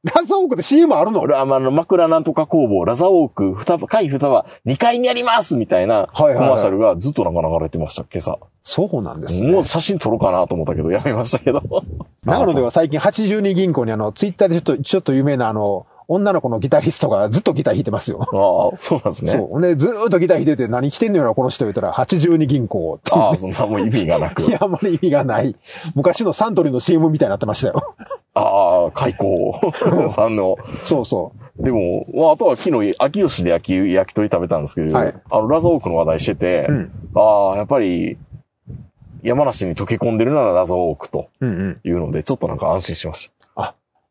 Speaker 3: ラザオークで CM あるの
Speaker 2: 俺は、あの、枕なんとか工房、ラザオーク、双葉、会双葉、2階にありますみたいな、
Speaker 3: い
Speaker 2: コ
Speaker 3: はいはい
Speaker 2: マーシャルがずっとなんか流れてました、今朝。
Speaker 3: そうなんです
Speaker 2: も
Speaker 3: ね
Speaker 2: う。写真撮ろうかなと思ったけど、やめました けど。
Speaker 3: 長野では最近82銀行にあの、ツイッターでちょっと、ちょっと有名なあの、女の子のギタリストがずっとギター弾いてますよ。
Speaker 2: ああ、そうなんですね。
Speaker 3: そう。ほんで、ずーっとギター弾いてて、何してんのよな、この人言ったら、82銀行っ て。
Speaker 2: ああ、そんなもう意味がなく
Speaker 3: い。や、あんまり意味がない。昔のサントリーの CM みたいになってました よ。
Speaker 2: ああ、開口 さんの。
Speaker 3: そうそ
Speaker 2: でも、まあ、あとは昨日、秋吉で焼き、焼き鳥食べたんですけど、
Speaker 3: はい
Speaker 2: あの、ラザオークの話題してて、
Speaker 3: う。うん。
Speaker 2: ああ、やっぱり、山梨に溶け込んでるならラザオークと
Speaker 3: うんうん。
Speaker 2: いうので、ちょっとなんか安心しまし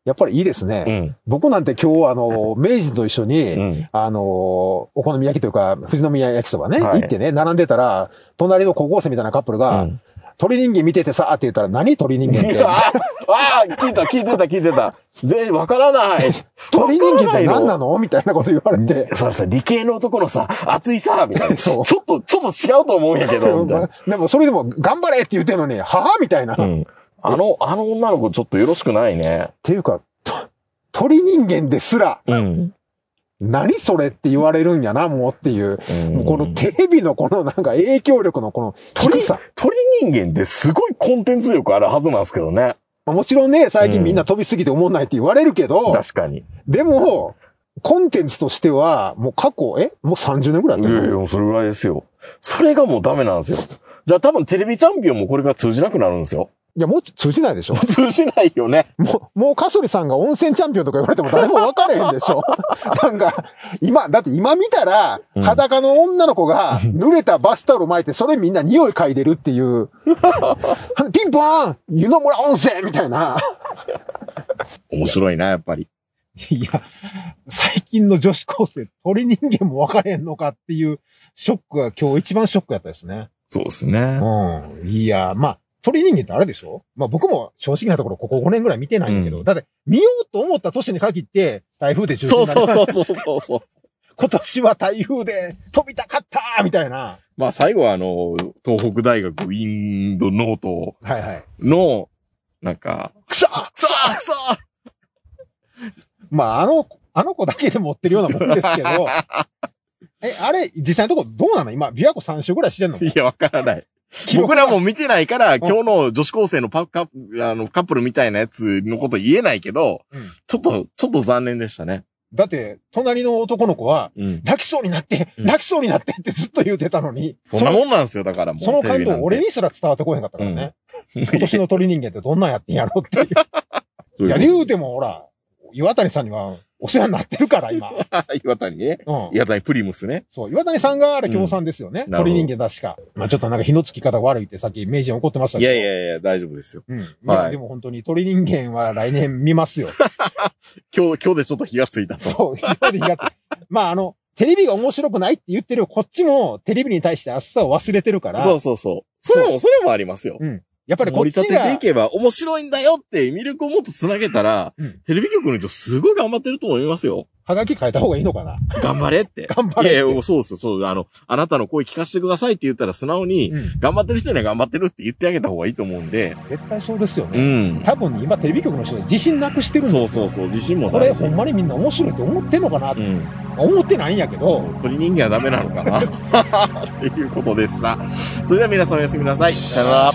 Speaker 3: やっぱりいいですね。
Speaker 2: た。うん。
Speaker 3: 僕なんて今日、あ の、明治と一緒に、
Speaker 2: うん。
Speaker 3: あの、お好み焼きというか、富士宮焼きそばね、
Speaker 2: はい
Speaker 3: 行ってね、並んでたら、隣の高校生みたいなカップルが、
Speaker 2: うん
Speaker 3: 鳥人間見ててさ、って言ったら、何鳥人間って。
Speaker 2: あ あ、聞いた、聞いてた、聞いてた。全員わからない。
Speaker 3: 鳥人間って何
Speaker 2: の
Speaker 3: なのみたいなこと言われて。
Speaker 2: そのさ、理系の男のさ、熱いさ、みたいな。ち
Speaker 3: そ
Speaker 2: ょ
Speaker 3: う
Speaker 2: っと、ちょっと違うと思うんやけど、みたい な。
Speaker 3: でも、それでも、頑張れって言ってるのに、はぁみたいな。
Speaker 2: う
Speaker 3: っ
Speaker 2: ん。あの、あの女の子ちょっとよろしくないね。
Speaker 3: ていうか、と鳥人間ですら、
Speaker 2: うん。
Speaker 3: 何それって言われるんやな、もうっていう。もうこのテレビのこのなんか影響力のこの低
Speaker 2: 鳥
Speaker 3: さ。、
Speaker 2: 鳥人間ってすごいコンテンツ力あるはずなんですけどね。
Speaker 3: まあもちろんね、最近みんな飛びすぎて思んないって言われるけど、
Speaker 2: 確かに。
Speaker 3: でも、コンテンツとしては、もう過去、えもう30年ぐらい
Speaker 2: い
Speaker 3: や
Speaker 2: や
Speaker 3: っ
Speaker 2: い
Speaker 3: て
Speaker 2: や、
Speaker 3: る
Speaker 2: もうそれぐらいですよ。それがもうダメなんですよ。じゃあ多分テレビチャンピオンもこれから通じなくなるんですよ。
Speaker 3: いや、もう通じないでしょ
Speaker 2: もう通じないよね。
Speaker 3: もう、もうカソリさんが温泉チャンピオンとか言われても誰も分かれへんでし ょなんか、今、だって今見たら、
Speaker 2: うん
Speaker 3: 裸の女の子が濡れたバスタオル巻いて、それみんな匂い嗅いでるっていう。 ピンポーン湯の村温泉みたいな。
Speaker 1: 面白いな、やっぱり。
Speaker 3: いや、最近の女子高生、鳥人間も分かれへんのかっていうショックが今日一番ショックやったですね。
Speaker 1: そうですね。
Speaker 3: うん。いや、まあ、鳥人間ってあれでしょまあ僕も正直なところここ5年ぐらい見てないんだけど、
Speaker 1: う
Speaker 3: だって見ようと思った年に限って台風で中止になりました
Speaker 2: うそうそう そう。
Speaker 3: 今年は台風で飛びたかったーみたいな。
Speaker 1: まあ最後はあの、東北大学ウィンドノート
Speaker 3: はいはい。
Speaker 1: の、なんか、
Speaker 3: くそー
Speaker 1: くそーくそー
Speaker 3: まああの、あの子だけで持ってるようなもんですけど、え、あれ、実際のとこどうなの今、琵琶湖3週ぐらい してんの
Speaker 1: いや、わからない。
Speaker 3: 記録
Speaker 1: 僕らも見てないから、
Speaker 3: ん
Speaker 1: 今日の女子高生のパカップあのカップルみたいなやつのこと言えないけど、
Speaker 3: うん
Speaker 1: ちょっと、ちょっと残念でしたね。
Speaker 3: だって、隣の男の子は、
Speaker 1: うん。
Speaker 3: 泣きそうになって、
Speaker 1: うん
Speaker 3: 泣きそうになってってずっと言うてたのに、
Speaker 1: そんなもんなんですよ、だからもう。
Speaker 3: その感動俺
Speaker 1: に。
Speaker 3: にすら伝わってこへんかったからね。今年の鳥人間ってどんなんやってんやろっていう。
Speaker 1: い
Speaker 3: いや、
Speaker 1: や、
Speaker 3: 言うてもほら、岩谷さんにはお世話になってるから、今。
Speaker 1: 岩谷ね。
Speaker 3: うん。
Speaker 1: 岩谷プリムスね。
Speaker 3: そう、岩谷さんがあれ共産ですよね。
Speaker 1: うんなるほ
Speaker 3: 鳥
Speaker 1: ど
Speaker 3: 人間確か。まあちょっとなんか火のつき方悪いってさっき名人怒ってましたけど。
Speaker 1: やいや、大丈夫ですよ。
Speaker 3: うん。い
Speaker 1: は
Speaker 3: や、
Speaker 1: い
Speaker 3: でも本当に鳥人間は来年 見ますよ。
Speaker 1: 今日、今日でちょっと火がついたと。
Speaker 3: そう、今までやって。まああの、テレビが面白くないって言ってるこっちもテレビに対して熱さを忘れてるから。
Speaker 1: そうそうそう。それも、それもありますよ。
Speaker 3: やっぱりこっ
Speaker 1: 盛り
Speaker 3: ち
Speaker 1: 立ててい
Speaker 3: が、
Speaker 1: けば面白いんだよって魅力をもっと繋げたら、
Speaker 3: うん
Speaker 1: テレビ局の人すごい頑張ってると思いますよ。
Speaker 3: はがき変えた方がいいのかな。
Speaker 1: 頑張れって。
Speaker 3: 頑張れって
Speaker 1: いやいや、そうですよ、そう。あの、あなたの声聞かせてくださいって言ったら素直に、
Speaker 3: うん。
Speaker 1: 頑張ってる人には頑張ってるって言ってあげた方がいいと思うんで。
Speaker 3: 絶対そうですよ
Speaker 1: う
Speaker 3: ね。
Speaker 1: ん。
Speaker 3: 多分今テレビ局の人自信なくしてるん
Speaker 1: そう
Speaker 3: です
Speaker 1: そ
Speaker 3: よ。
Speaker 1: うそう、自信も
Speaker 3: これ
Speaker 1: 大事
Speaker 3: ほ。んまにみんな面白いと思ってんのかな、
Speaker 1: うん。
Speaker 3: 思ってないんやけど、
Speaker 1: 鳥人 間はダメなのかなっていうことでした。それでは皆さんおやすみなさい。さよなら。